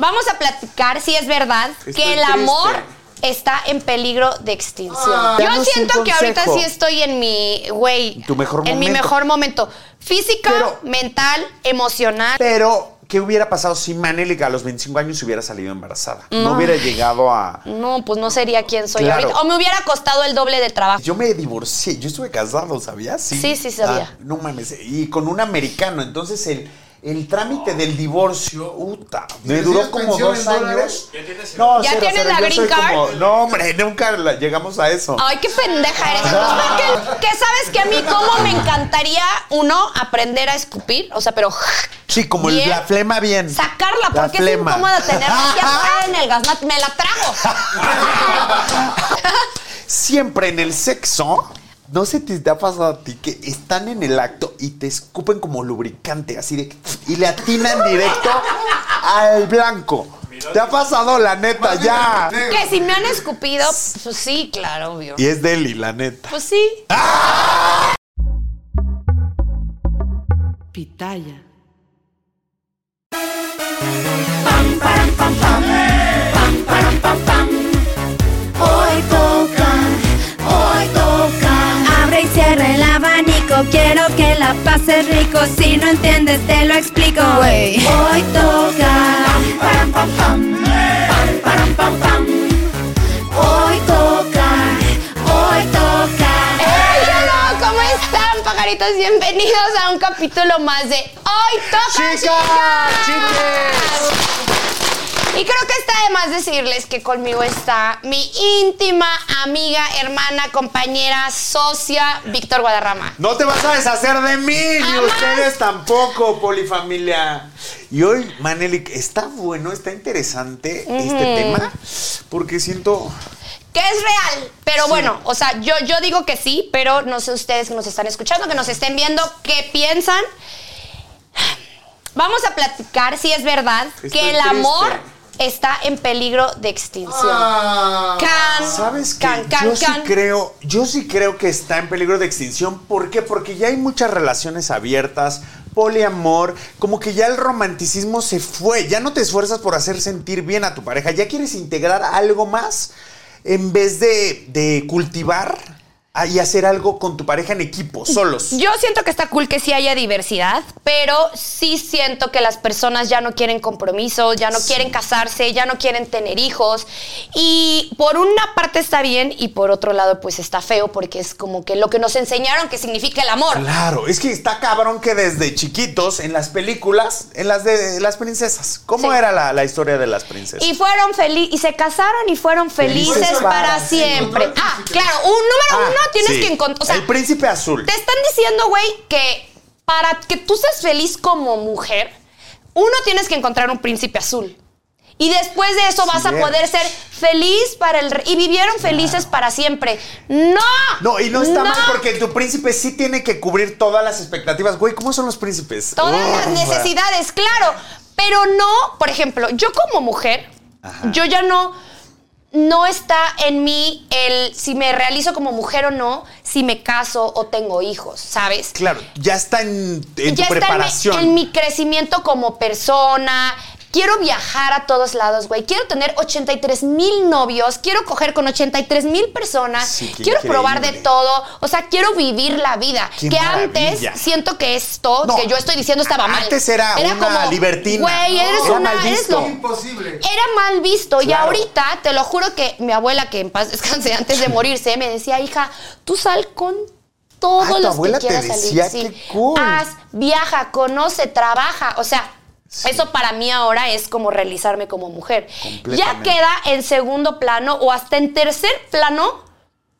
Vamos a platicar si es verdad que el amor está en peligro de extinción. Yo danos siento un que ahorita consejo. sí estoy en mi, güey, Tu mejor en mi momento. mejor momento. Física, Pero- mental, emocional. Pero, ¿qué hubiera pasado si Manélica a los 25 años hubiera salido embarazada? No, Mm. hubiera llegado a... No, pues no sería quien soy Claro. ahorita. O me hubiera costado el doble de trabajo. Yo me divorcié, yo estuve casado, ¿sabías? Sí, sí, sabía. Ah, no mames, y con un americano, entonces el... El trámite del divorcio, uta, me duró recibes como pensión dos en dólares? años. No, ¿Ya cero, tienes cero, la yo green soy card? Ah, como- no, hombre, nunca la- llegamos a eso. Ay, qué pendeja eres. Pues, que, que sabes que a mí cómo me encantaría, uno, aprender a escupir. O sea, pero... Sí, como el- Bien. la flema bien. Sacarla, La porque es flema. incómoda tenerla aquí atorada en el gasnat. Me la trago. Siempre en el sexo, no se te ha pasado a ti que están en el acto y te escupen como lubricante, así de. Y le atinan directo al blanco. Te ha pasado, la neta, ya. Que si me han escupido, pues sí, claro, obvio. Y es Deli, la neta. Pues sí. Pitaya. Hoy toca, hoy toca. Abre y cierra el abanico, quiero que la pases rico. Si no entiendes, te lo explico. Hoy toca. Param, pam, pam. Pam, param, pam, pam. Hoy toca, hoy toca. ¡Hey, hello! ¿Cómo están, pajaritos? Bienvenidos a un capítulo más de Hoy Toca Chicas, chicas. Y creo que está de más decirles que conmigo está mi íntima amiga, hermana, compañera, socia, Víctor Guadarrama. No te vas a deshacer de mí, ni Jamás. ustedes tampoco, polifamilia. Y hoy, Manelik, está bueno, está interesante este tema, porque siento. Que es real, pero bueno, o sea, yo, yo digo que sí, pero no sé ustedes que nos están escuchando, que nos estén viendo, qué piensan. Vamos a platicar si es verdad Estoy que el triste. amor está en peligro de extinción. Can, ¿Sabes qué? can, can, yo sí can. creo, yo sí creo que está en peligro de extinción. ¿Por qué? Porque ya hay muchas relaciones abiertas, poliamor, como que ya el romanticismo se fue. Ya no te esfuerzas por hacer sentir bien a tu pareja. Ya quieres integrar algo más en vez de, de cultivar a- y hacer algo con tu pareja en equipo, solos. Yo siento que está cool que sí haya diversidad, pero sí siento que las personas ya no quieren compromiso, ya no quieren casarse, ya no quieren tener hijos. Y por una parte está bien y por otro lado pues está feo porque es como que lo que nos enseñaron que significa el amor. Claro, es que está cabrón que desde chiquitos en las películas, en las de las princesas, ¿cómo Sí. era la, la historia de las princesas? Y fueron felices, y se casaron y fueron felices, Felices para, para siempre. siempre. Ah, claro, un número Ah, uno tienes sí. que encontrar. o sea, el príncipe azul. Te están diciendo, güey, que para que tú seas feliz como mujer, uno tienes que encontrar un príncipe azul. Y después de eso vas a es. poder ser feliz para el re- y vivieron felices para siempre. No. No, y no está mal porque tu príncipe sí tiene que cubrir todas las expectativas. Güey, ¿cómo son los príncipes? Ah, todas las Uf. necesidades, claro, pero no, por ejemplo, yo como mujer, yo ya no no está en mí el si me realizo como mujer o no, si me caso o tengo hijos, ¿sabes? Claro, ya está en, en ya está en tu mi- preparación. En, mi crecimiento como persona. Quiero viajar a todos lados, güey. Quiero tener 83 mil novios. Quiero coger con 83 mil personas. Sí, qué quiero probar de increíble. todo. O sea, quiero vivir la vida. Qué que maravilla. antes siento que esto No, que yo estoy diciendo estaba mal. antes era una libertina. Güey, eres Era una. mal eres visto. lo- Imposible. era mal visto y Claro. ahorita te lo juro que mi abuela que en paz descanse antes de morirse me decía hija tú sal con todos Ah, tu los abuela que te quieras decía, salir sí. qué cool. haz viaja conoce trabaja o sea Sí. Eso para mí ahora es como realizarme como mujer. Ya Completamente. queda en segundo plano o hasta en tercer plano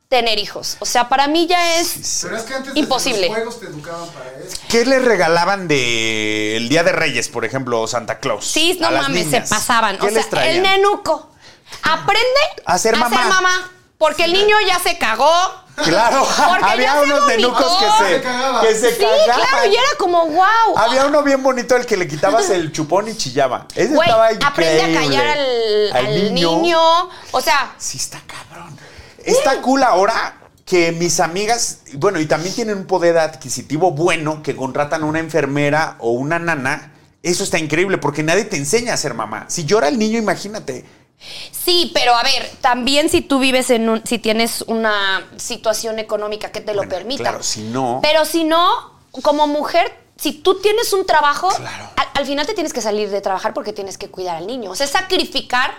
tener hijos. O sea, para mí ya es... Pero es que antes Imposible. Imposible. los juegos te educaban para eso. ¿Qué le regalaban de el Día de Reyes, por ejemplo, o Santa Claus? Sí, a no las mames, niñas? se pasaban. ¿Qué o sea, les traían? el nenuco. Aprende A ser mamá. porque el niño ya se cagó. Claro, Porque ya había se unos nenucos que vomitó. se, Se cagaba. que se Sí, cagaban. claro, y era como, ah, wow. Había uno bien bonito al que le quitabas el chupón y chillaba. Ese Güey, estaba increíble. aprende a callar al, al niño. O sea, Sí, está cabrón. Está cool ahora que mis amigas, bueno, y también tienen un poder adquisitivo bueno que contratan una enfermera o una nana. Eso está increíble porque nadie te enseña a ser mamá. Si llora el niño, imagínate. sí, pero a ver, también si tú vives en un, si tienes una situación económica que te lo Bueno, permita. claro, si no- Pero si no, como mujer, si tú tienes un trabajo, Claro. al, al final te tienes que salir de trabajar porque tienes que cuidar al niño. O sea, sacrificar,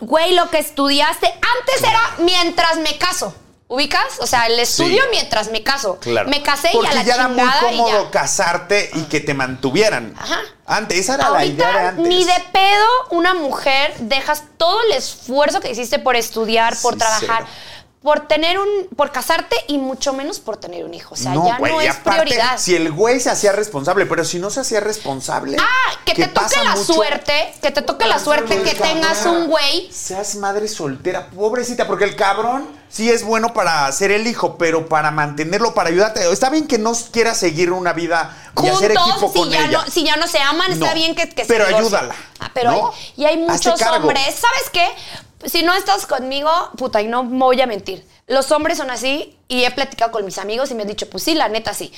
güey, lo que estudiaste. Antes era mientras me caso. ¿Ubicas? O sea, el estudio mientras me caso. Claro. Me casé porque y a la ya era muy chingada y ya. cómodo casarte y que te mantuvieran. Ajá. Antes, esa era la idea de Ahorita antes. ni de pedo una mujer dejas todo el esfuerzo que hiciste por estudiar, por Sí, trabajar, por tener un, por casarte y mucho menos por tener un hijo. O sea, ya güey, no y es aparte, prioridad. Si el güey se hacía responsable, pero si no se hacía responsable. ah, que te toque pasa la mucho, suerte, que te toque la suerte, que tengas un güey. Seas madre soltera, pobrecita, porque el cabrón sí es bueno para ser el hijo, pero para mantenerlo, para ayudarte. Está bien que no quieras seguir una vida y hacer equipo Juntos, si con ya, ella. no, si ya no se aman, está No, bien que, que se pero divorcien. ayúdala, Ah, pero ¿no? hay- y hay Hazte muchos cargo. hombres. ¿Sabes qué? Si no estás conmigo, puta, y no me voy a mentir. Los hombres son así y he platicado con mis amigos y me han dicho, pues sí, la neta sí.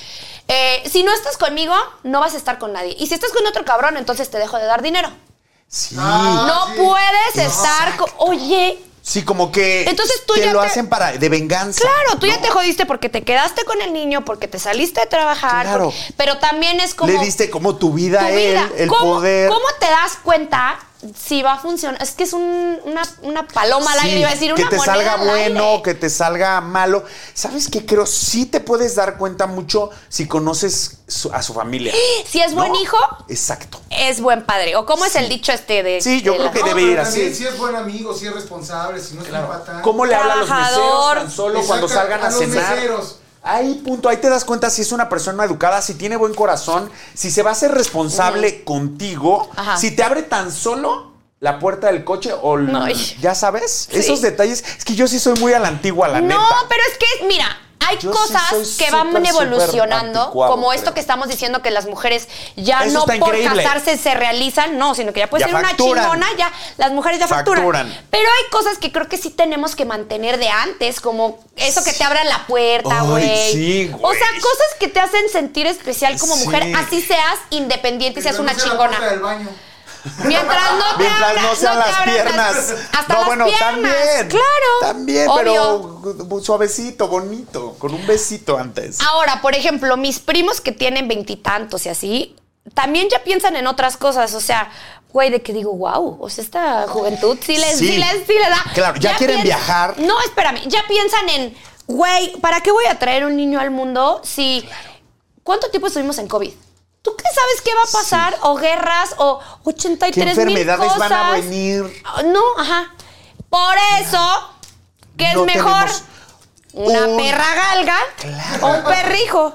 Eh, si no estás conmigo, no vas a estar con nadie. Y si estás con otro cabrón, entonces te dejo de dar dinero. Sí. Ah, no sí. puedes estar con... Oye, Sí, como que. Entonces tú que ya lo te- hacen para. de venganza. Claro, tú ya ¿no? te jodiste porque te quedaste con el niño, porque te saliste de trabajar. Claro. por- pero también es como. Le diste como tu vida tu a él, vida. el ¿Cómo, poder. ¿Cómo te das cuenta si va a funcionar? Es que es un- una, una paloma al Sí, aire, iba a decir que una te moneda salga al bueno, aire. que te salga malo. ¿Sabes qué creo? Sí te puedes dar cuenta mucho si conoces su- a su familia. Si es buen ¿No? hijo, Exacto. es buen padre. ¿O cómo es el dicho este de. Sí, yo de creo la- que debe pero ir también así. Si es buen amigo, si es responsable, si no es un patán. ¿Cómo le habla a los meseros Trabajador. tan solo Exacto, cuando salgan a, a los cenar? meseros. Ahí, punto. Ahí te das cuenta si es una persona educada, si tiene buen corazón, si se va a ser responsable contigo, Ajá. si te abre tan solo la puerta del coche o el- Ay. ya sabes, esos detalles. Es que yo sí soy muy a la antigua, la no, neta. pero es que, mira, hay Yo sí cosas soy que van súper, súper evolucionando, anticuado, como esto creo. que estamos diciendo que las mujeres ya Eso no está por increíble. casarse se realizan, no, sino que ya puede Ya ser una facturan. chingona, ya las mujeres ya facturan. Facturan. Pero hay cosas que creo que sí tenemos que mantener de antes, como eso que te abran la puerta, Ay, güey. sí, o güey. sea, cosas que te hacen sentir especial como Sí. mujer, así seas independiente y Que seas no una sea la puerta del chingona. baño. Mientras no te Mientras abran- no sean te las abran piernas. Hasta no, las bueno, piernas. también. Claro. También, obvio. pero suavecito, bonito, con un besito antes. Ahora, por ejemplo, mis primos que tienen veintitantos y, así, también ya piensan en otras cosas. O sea, güey, de que digo, wow, o sea, esta juventud sí les, Sí. sí les, sí les da. Claro, ya quieren viajar. No, espérame, ya piensan en, güey, ¿para qué voy a traer un niño al mundo si. ¿Cuánto tiempo estuvimos en COVID? ¿Tú qué sabes qué va a pasar? O guerras, o 83 ¿Qué mil enfermedades cosas. van a venir? Ah, No, ajá. Por eso, que es No mejor? tenemos Una un- perra galga Claro. o un perrijo.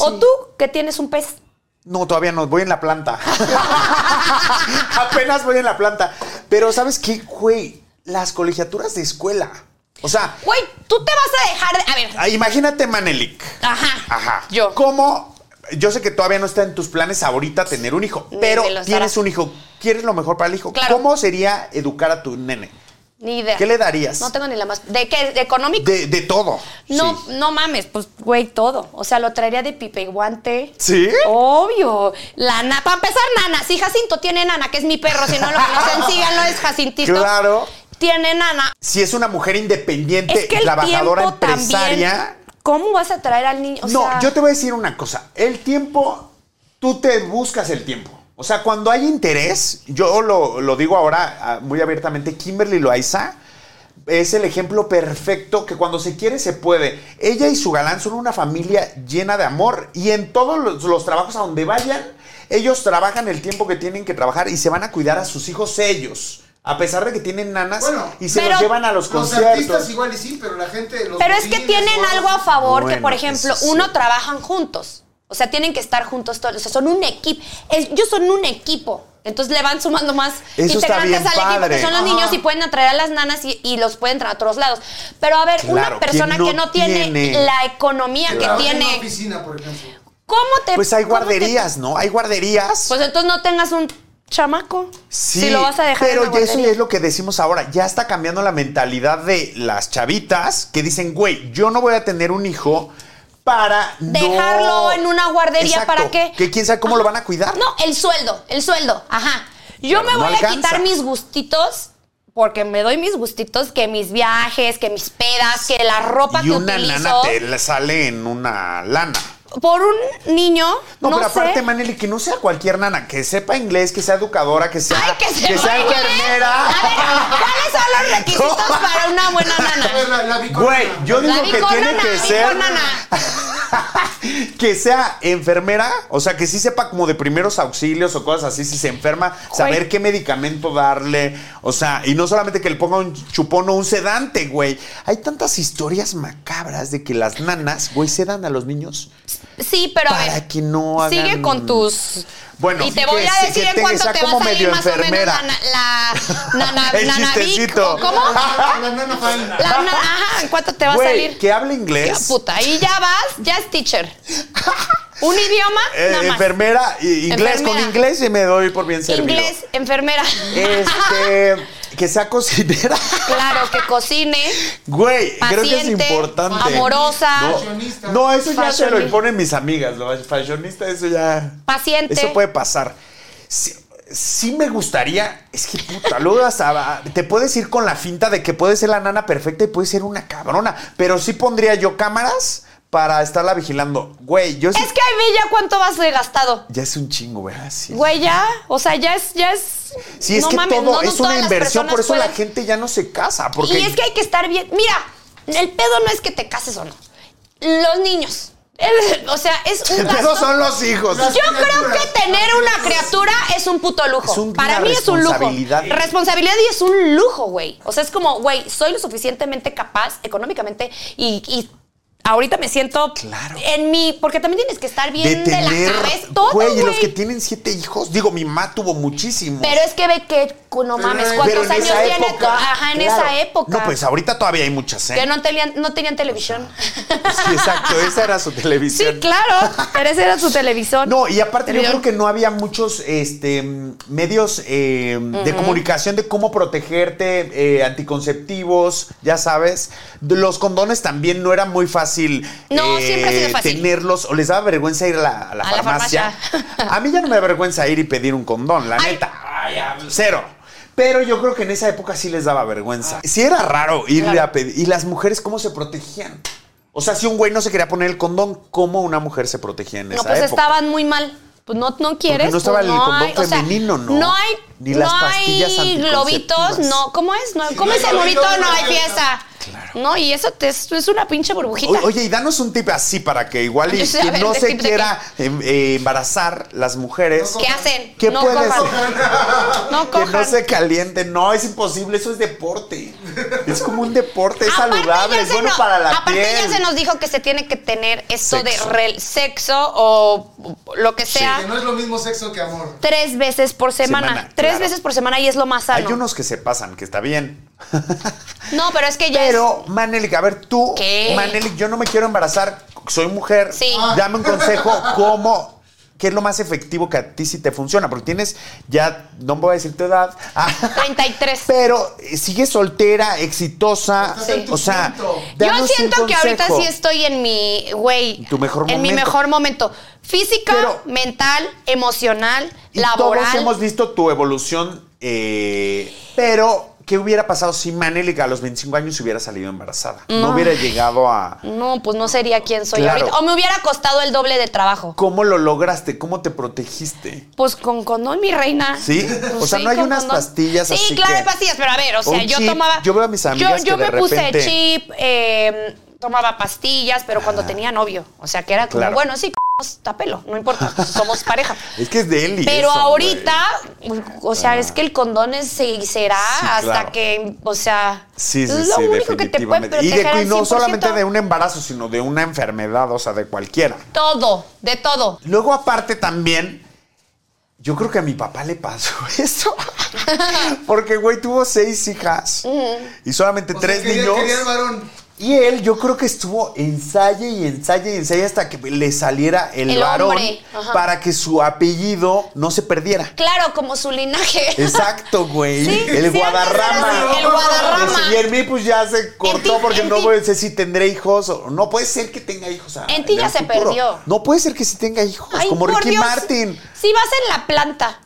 O tú, que tienes un pez. No, todavía no, voy en la planta. Apenas voy en la planta. Pero ¿sabes qué, güey? Las colegiaturas de escuela. O sea, Güey, tú te vas a dejar de... A ver, ah, imagínate Manelik. ajá. Ajá. Yo. ¿Cómo? Yo sé que todavía no está en tus planes ahorita tener un hijo, Ni pero me los tienes darás. un hijo, quieres lo mejor para el hijo. Claro. ¿Cómo sería educar a tu nene? Ni idea. ¿Qué le darías? No tengo ni la más... ¿De qué? ¿De económico? De, de todo. No, Sí. no mames, pues, güey, todo. O sea, lo traería de pipe y guante. ¿Sí? Obvio. Lana. Para empezar, nana. Si Jacinto tiene nana, que es mi perro, si no lo conocen, síganlo, es Jacintito. Claro. Tiene nana. Si es una mujer independiente, Es que el trabajadora, tiempo empresaria. también... ¿Cómo vas a traer al niño? O no, sea, yo te voy a decir una cosa. El tiempo, tú te buscas el tiempo. O sea, cuando hay interés, yo lo, lo digo ahora ah, muy abiertamente, Kimberly Loaiza es el ejemplo perfecto que cuando se quiere se puede. Ella y su galán son una familia llena de amor y en todos los, los trabajos a donde vayan, ellos trabajan el tiempo que tienen que trabajar y se van a cuidar a sus hijos ellos. A pesar de que tienen nanas Bueno, y se Pero los llevan a los, Los conciertos. artistas igual y sí, pero la gente. Los Pero es que botines, tienen guau. algo a favor que, por Bueno, ejemplo, eso sí. uno trabajan juntos. O sea, tienen que estar juntos todos. O sea, son un equipo. Ellos son un equipo. Entonces le van sumando más Eso está bien integrantes al equipo, padre. que son los Ajá. niños y pueden atraer a las nanas y, y los pueden traer a otros lados. Pero a ver, Claro, una persona ¿quién que no no tiene, tiene? la economía Trabaja que En una tiene, oficina, por ejemplo. ¿cómo te Pues hay cómo te- guarderías, ¿no? Hay guarderías. Pues entonces no tengas un chamaco. Sí, si lo vas a dejar pero en la ya eso guardería. ya es lo que decimos ahora. Ya está cambiando la mentalidad de las chavitas que dicen, güey, yo no voy a tener un hijo para no- Dejarlo en una guardería, Exacto, ¿para qué? Que quién sabe cómo lo van a cuidar. No, el sueldo, el sueldo, ajá. Yo Claro, me no voy a alcanza. quitar mis gustitos porque me doy mis gustitos que mis viajes, que mis pedas, que la ropa y que una utilizo nana te le sale en una lana. por un niño, No, no, pero sé. aparte, Maneli, que no sea cualquier nana, que sepa inglés, que sea educadora, que sea, Ay, que se sea baile. enfermera. A ver, ¿cuáles son los requisitos para una buena A ver, nana? la, la bicorona. Güey, yo digo La que tiene bicornana, que ser. bicornana. que sea enfermera, o sea, que sí sepa como de primeros auxilios o cosas así, si se enferma, saber qué medicamento darle, o sea, y no solamente que le ponga un chupón o un sedante, güey. Hay tantas historias macabras de que las nanas, güey, sedan a los niños Sí, pero a ver. para que no hagan... Sigue con tus. Bueno, y te que voy a sí, decir que en te- cuánto sea te va como a salir medio más o menos enfermera. la, na- la, nana- El nanavic, chistecito. ¿o ¿Cómo? La, la nana fan. La nana- ajá, ¿en cuánto te va a Güey, salir? que hable Ya, inglés. puta, y ya vas, ya es teacher. Un idioma, eh, nada más. enfermera, y- inglés, Enfermera. con inglés y me doy por bien servido. Inglés, enfermera. Este, que sea cocinera. claro, que cocine. Güey, creo que es Paciente, importante. amorosa. No, no, eso ya se lo Fashionista. imponen mis amigas. Lo fashionista, eso ya. Paciente. Eso puede pasar. Sí, sí me gustaría. Es que puta, luego hasta te puedes ir con la finta de que puedes ser la nana perfecta y puedes ser una cabrona. Pero sí pondría yo cámaras para estarla vigilando. Güey, yo sí- Es que ahí ve ya cuánto vas de gastado. Ya es un chingo, ¿verdad? Sí. Güey, ya, o sea, ya es, ya es. Sí, es no que mames, todo no, no es una todas las inversión, por personas eso la pueden. gente ya no se casa. Porque Y es que hay que estar bien. Mira, el pedo no es que te cases o no. Los niños. El- o sea, es un el gasto. pedo son los hijos. Las Yo creo criaturas. que tener una criatura es un puto lujo. Es un- Para una mí es un lujo. responsabilidad. Responsabilidad y es un lujo, güey. O sea, es como, güey, soy lo suficientemente capaz económicamente y, y ahorita me siento Claro. en mi. Porque también tienes que estar bien de, la cabeza. Todo, güey, güey. y los que tienen siete hijos, digo, mi mamá tuvo muchísimos. Pero es que ve que, no mames, en ¿cuántos en años esa tiene? tu- época, Ajá, en claro. esa época. No, pues ahorita todavía hay muchas, ¿eh? Que no tenían, no tenían televisión. Sí, exacto, esa era su Sí, televisión. claro. Pero ese era su televisor. No, y aparte yo Televisión. creo que no había muchos este, mm, medios eh, de comunicación de cómo protegerte, eh, anticonceptivos, ya sabes. De Los condones también no era muy fácil, eh, No, siempre ha sido fácil. tenerlos o les daba vergüenza ir a la, a la A la farmacia. farmacia. a mí ya no me da vergüenza ir y pedir un condón, la Ay. neta. Ay, a- cero. Pero yo creo que en esa época sí les daba Ah. vergüenza. Sí era raro irle a pedir. ¿Y las mujeres cómo se protegían? O sea, si un güey no se quería poner el condón, ¿cómo una mujer se protegía en No, esa pues época? estaban muy mal. Pues no, no quieres. Porque no estaba pues el condón o sea, femenino, ¿no? No hay. Ni las no pastillas hay globitos, anticonceptivas. no. ¿Cómo es? No, Si ¿Cómo no es hay el globito, globito? no No hay hay fiesta. No, y eso te- es, es una pinche burbujita. O- Oye, y danos un tip así para que igual y Yo sé, a quien ver, no ¿de se tip de quiera em- eh, embarazar las mujeres. ¿Qué hacen? ¿Qué no puedes- cojan. No Que cojan. no se calienten, no, es imposible, eso es deporte. Es como un deporte, es Aparte, saludable, ya es se bueno nos- para la aparte piel. ya se nos dijo que se tiene que tener esto Sexo. de rel- sexo o lo que sea. Que no es lo mismo sexo que amor. Tres veces por semana. Semana, tres claro. veces por semana y es lo más Hay sano. unos que se pasan, que está bien. No, pero es que ya. Pero, Manelik, a ver, tú, ¿Qué? Manelik, yo no me quiero embarazar, soy mujer. Sí. Dame un consejo, ¿cómo? ¿Qué es lo más efectivo que a ti sí te funciona? Porque tienes, ya, no me voy a decir tu edad. Ah, 33. Pero eh, sigues soltera, exitosa. Estás Sí. en tu O sea, punto. Yo danos siento un que ahorita consejo. sí estoy en mi, güey. Tu mejor En mi momento. mejor momento. Física, Pero- mental, emocional, Y laboral. Todos hemos visto tu evolución, eh, pero ¿qué hubiera pasado si Manelik a los 25 años hubiera salido embarazada? No, hubiera llegado a... No, pues no sería quien soy Claro. ahorita. O me hubiera costado el doble de trabajo. ¿Cómo lo lograste? ¿Cómo te protegiste? Pues con condón, mi reina. ¿Sí? Pues O sea, sí, no hay con unas condón. pastillas sí, así claro, que- hay pastillas, pero a ver, o sea, Un yo chip. tomaba... Yo veo a mis amigas Yo, yo que me de repente- puse em, chip, eh, tomaba pastillas, pero cuando tenía novio. O sea, que era como, Claro. bueno, sí, tapelo, no importa, somos pareja. Es que es de él y Pero eso, Ah. ahorita, o sea, es que el condón es- se- será Sí, hasta claro. que, o sea, Sí, sí, es sí, lo único que te puede definitivamente. proteger y, de- y al no 100%. solamente de un embarazo, sino de una enfermedad, o sea, de cualquiera. Todo, de todo. Luego, aparte también, yo creo que a mi papá le pasó eso. Porque, güey, tuvo seis hijas y solamente O sea, tres quería- niños. quería el varón. Y él, yo creo que estuvo ensaye y ensaye y ensaye hasta que le saliera el, El varón hombre, ajá. para que su apellido no se perdiera. Claro, como su linaje. Exacto, güey. Sí, sí, el antes era Guadarrama. así, el Guadarrama. Y en mí, pues ya se cortó ti- porque en no ti- puede ser si tendré hijos. O, no puede ser que tenga hijos. a- En ti ya el se perdió. No puede ser que si tenga hijos. Ay, Pues como por Ricky Dios. Martin. Sí, vas en la planta.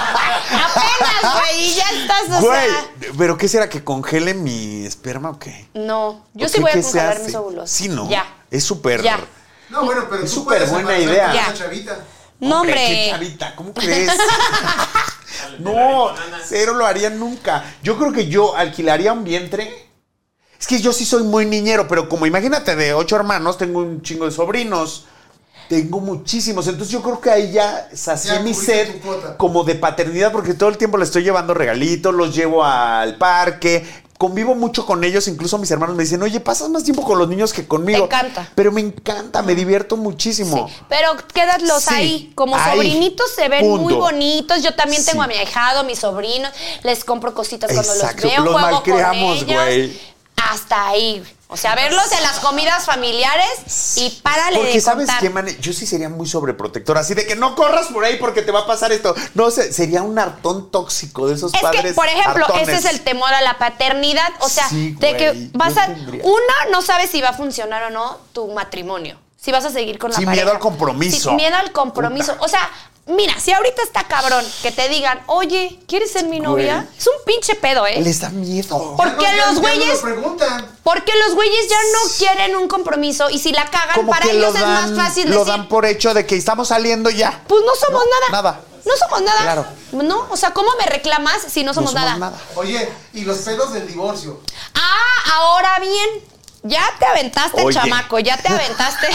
Apenas, güey, y ya estás, o Güey, sea. ¿pero qué será? ¿Que congele mi esperma o qué? No, yo ¿O sí qué- voy a qué se congelar hace? mis óvulos. Sí, no. Eh, Ya. Es súper. Ya. No, bueno, pero Es tú súper puedes buena embarazarte idea. con Ya. esa chavita. No, qué hombre. chavita, ¿cómo crees? no, cero lo haría nunca. Yo creo que yo alquilaría un vientre. Es que yo sí soy muy niñero, pero como imagínate, de ocho hermanos, tengo un chingo de sobrinos. Tengo muchísimos. Entonces yo creo que ahí ya sacié Ya mi cubriste sed tu cuota. como de paternidad, porque todo el tiempo le estoy llevando regalitos, los llevo al parque. Convivo mucho con ellos, incluso mis hermanos me dicen, oye, pasas más tiempo con los niños que conmigo. encanta. Pero me encanta, me divierto muchísimo. Pero quédatelos Sí, ahí. Como ahí. sobrinitos se ven muy Punto. bonitos. Yo también tengo Sí. a mi ahijado, a mis sobrinos. Les compro cositas cuando Exacto, los veo. los juego malcriamos, con ellos. güey. Hasta ahí. O sea, verlos en las comidas familiares y párale Porque de sabes contar. qué, man, yo sí sería muy sobreprotector, así de que no corras por ahí porque te va a pasar esto. No sé, sería un hartón tóxico de esos Es padres. que, por ejemplo, hartones. ese es el temor a la paternidad. O sea, Sí, de que güey, vas yo a. tendría. Uno, no sabes si va a funcionar o no tu matrimonio. Si vas a seguir con la Sin pareja. miedo al compromiso. Sin miedo al compromiso. Puta. O sea, mira, si ahorita está cabrón que te digan, oye, ¿quieres ser mi novia? Güey. Es un pinche pedo, ¿eh? Les da miedo. Por- Ya Porque no- ya- los ya no güeyes- lo preguntan. Porque los güeyes ya no quieren un compromiso y si la cagan, para ellos es más fácil lo decir, dan por hecho de que estamos saliendo ya. pues no somos No, nada. nada. No somos nada. Claro. No, o sea, ¿cómo me reclamas si no somos, no somos nada? nada. Oye, y los pedos del divorcio. Ah, ahora bien. Ya te aventaste, Oye. chamaco, ya te aventaste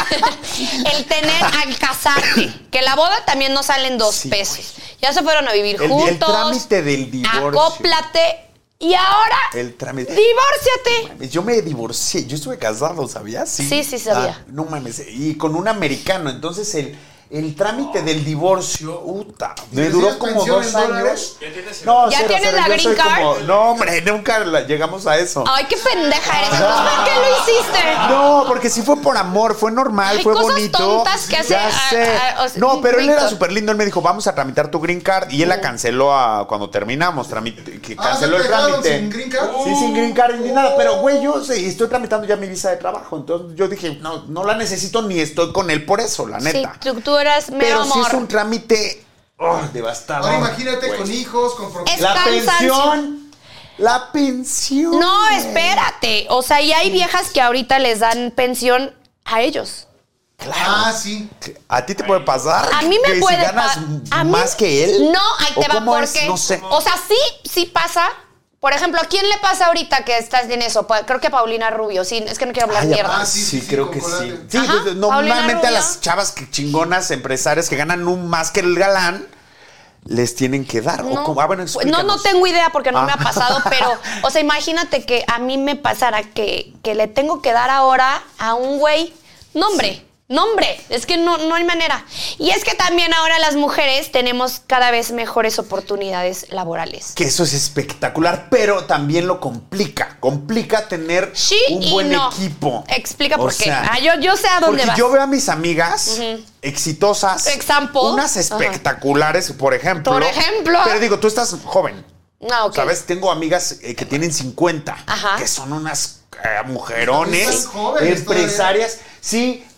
el tener al casarte. Que la boda también no salen dos Sí, pesos. Ya se fueron a vivir El- el juntos. trámite del divorcio. Acóplate. Y ahora. El trámite. Divórciate. Yo me divorcié, yo estuve casado, ¿sabías? Sí, sí, sabía. Ah, no mames, y con un americano, entonces el, el trámite del divorcio, puta, me ¿Recibes duró como pensión en dos dólares? años. No, ¿Ya cero, tienes cero, la yo green soy card? como- no, hombre, nunca la- llegamos a eso. Ay, qué pendeja eres. Pues, ¿Por qué lo hiciste? No, porque sí fue por amor, fue normal, Hay fue cosas bonito. tontas que hace- Ya a- sé. a- o sea, no, pero él era Víctor. súper lindo. Él me dijo, vamos a tramitar tu green card. Y él la canceló a- cuando terminamos. tramit- que Ah, canceló ¿se el dejaron trámite. sin green card? Oh. Sí, sin green card ni nada. Pero, güey, yo sí, estoy tramitando ya mi visa de trabajo. Entonces yo dije, no, no la necesito ni estoy con él por eso, la Sí, neta. tú, tú eras mero pero sí amor. es un trámite oh, devastador. Ahora imagínate güey. con hijos, con propiedad. Es La cansancio. pensión. La pensión. No, güey. espérate. O sea, y hay viejas que ahorita les dan pensión a ellos. Ah, sí. ¿A ti te puede pasar? A mí que me si puede ganas pa- a mí- más que él? No, ahí ¿O te va cómo es? porque. No sé. O sea, sí, sí pasa. Por ejemplo, ¿a quién le pasa ahorita que estás en eso? Pa- Creo que a Paulina Rubio, sí, es que no quiero hablar Ay, mierda. ah, sí, Sí, sí, creo con que sí. colate. Sí, Ajá, pues, normalmente Paulina a las Rubio. chavas que chingonas, empresarias que ganan un más que el galán, les tienen que dar. ¿O No, cómo? Ah, bueno, Pues, no, no explícanos. tengo idea porque no Ah. me ha pasado, pero, o sea, imagínate que a mí me pasara que, que le tengo que dar ahora a un güey nombre. Nombre, es que no, no hay manera. Y es que también ahora las mujeres tenemos cada vez mejores oportunidades laborales. Que eso es espectacular, pero también lo complica. Complica tener Sí un y buen no. equipo. Explica O por qué. sea, Ah, yo- yo sé a dónde porque vas. yo veo a mis amigas exitosas. Example. Unas Ajá. espectaculares, por ejemplo. Por ejemplo. Pero digo, tú estás joven. Ah, ok. ¿Sabes? Tengo amigas eh, que tienen 50, Ajá. que son unas eh, mujerones, Están jóvenes empresarias, sí,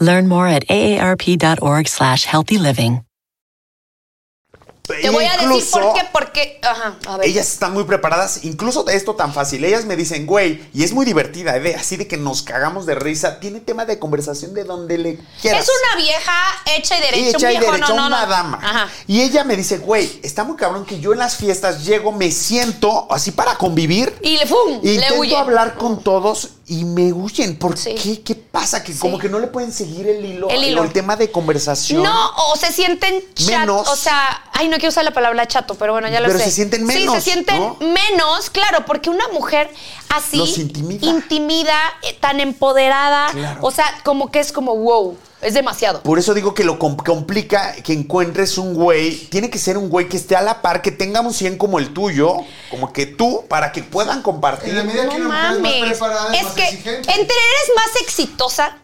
Learn more at aarp.org slash healthy living. Te voy a decir por qué, pues. porque. Ajá, a ver. Ellas están muy preparadas, incluso de esto tan fácil. Ellas me dicen, güey, y es muy divertida, ¿eh? de- así de que nos cagamos de risa. Tiene tema de conversación de donde le quieras. es una vieja hecha y derecha, Hecha un y viejo, derecha, no, no, una no. dama. Ajá. Y ella me dice, güey, está muy cabrón que yo en las fiestas llego, me siento así para convivir. Y le fum, le Intento huye. hablar con todos y me huyen. ¿Por Sí. qué? ¿Qué pasa? Que como que no le pueden seguir el hilo, El el, hilo. el tema de conversación. No, o se sienten chat, Menos. o sea, ay, no quiero usar la palabra chato, pero bueno, ya lo Pero sé. se sienten Sí, se menos, sienten ¿no? menos, claro, porque una mujer así Los intimida. intimida, eh, tan empoderada, Claro. o sea, como que es como wow, es demasiado. Por eso digo que lo com- complica que encuentres un güey. Tiene que ser un güey que esté a la par, que tenga un 100 como el tuyo, como que tú, para que puedan En la compartir. medida que no una mujer mames. es más preparada, es, Es más que exigente. entre eres más exitosa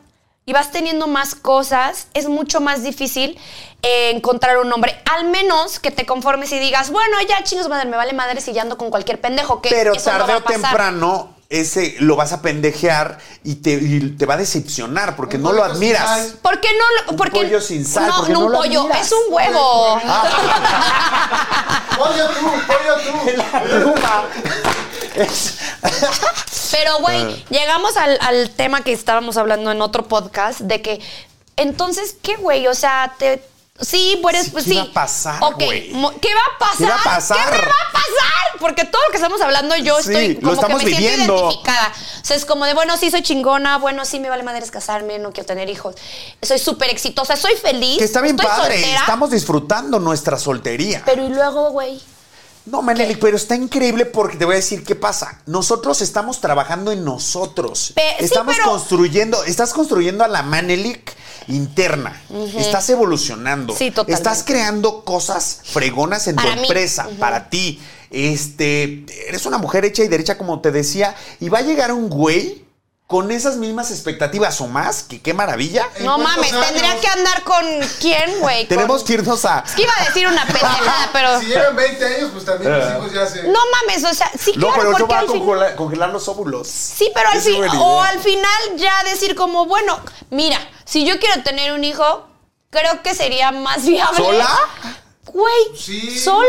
y vas teniendo más cosas, es mucho más difícil eh, encontrar un hombre. Al menos que te conformes y digas, bueno, ya chingos madre, me vale madre si ya ando con cualquier pendejo. Que Pero eso no tarde va a o pasar. temprano, ese lo vas a pendejear y te, y te va a decepcionar porque Un no lo pollo sin admiras. sal. ¿Por qué no? lo- Un porque, pollo sin sal, No, porque no no un lo pollo, miras. es un huevo. Ah, Pollo tú, pollo tú. Pero, güey, Ah. llegamos al, al tema que estábamos hablando en otro podcast de que, entonces, ¿qué, güey? O sea, te... Sí, pues, Sí, pues ¿qué sí. va a pasar, Ok, güey? mo- ¿Qué va a pasar? ¿Qué va a pasar? ¿Qué me va a pasar? Porque todo lo que estamos hablando yo Sí, estoy lo como estamos que me viviendo. siento identificada. O sea, es como de, bueno, sí soy chingona, bueno, sí me vale madres casarme, no quiero tener hijos. Soy súper exitosa, soy feliz. Que está bien estoy padre, soltera, estamos disfrutando nuestra soltería. Pero y luego, güey, No, Maneli, pero está increíble porque te voy a decir qué pasa. Nosotros estamos trabajando en nosotros. Pe- sí, estamos pero- construyendo, estás construyendo a la Manelik interna. Estás evolucionando. Sí, totalmente. Estás creando cosas fregonas en Para tu mí. empresa, para ti. Este, eres una mujer hecha y derecha, como te decía, y va a llegar un güey con esas mismas expectativas o más, que qué maravilla. ¿En Eh, no cuántos mames, años? tendría que andar con quién, güey. Tenemos Con- que irnos a... Es que iba a decir una pendejada, pero. Si llevan 20 años, pues también tus Eh. hijos ya se. No mames, o sea, sí, No, claro, pero eso porque va a al fin- congela- congelar los óvulos. Sí, pero al Esa es fin, buena o idea. al final ya decir como, bueno, mira, si yo quiero tener un hijo, creo que sería más viable. ¿Sola? Güey, Sí. sola.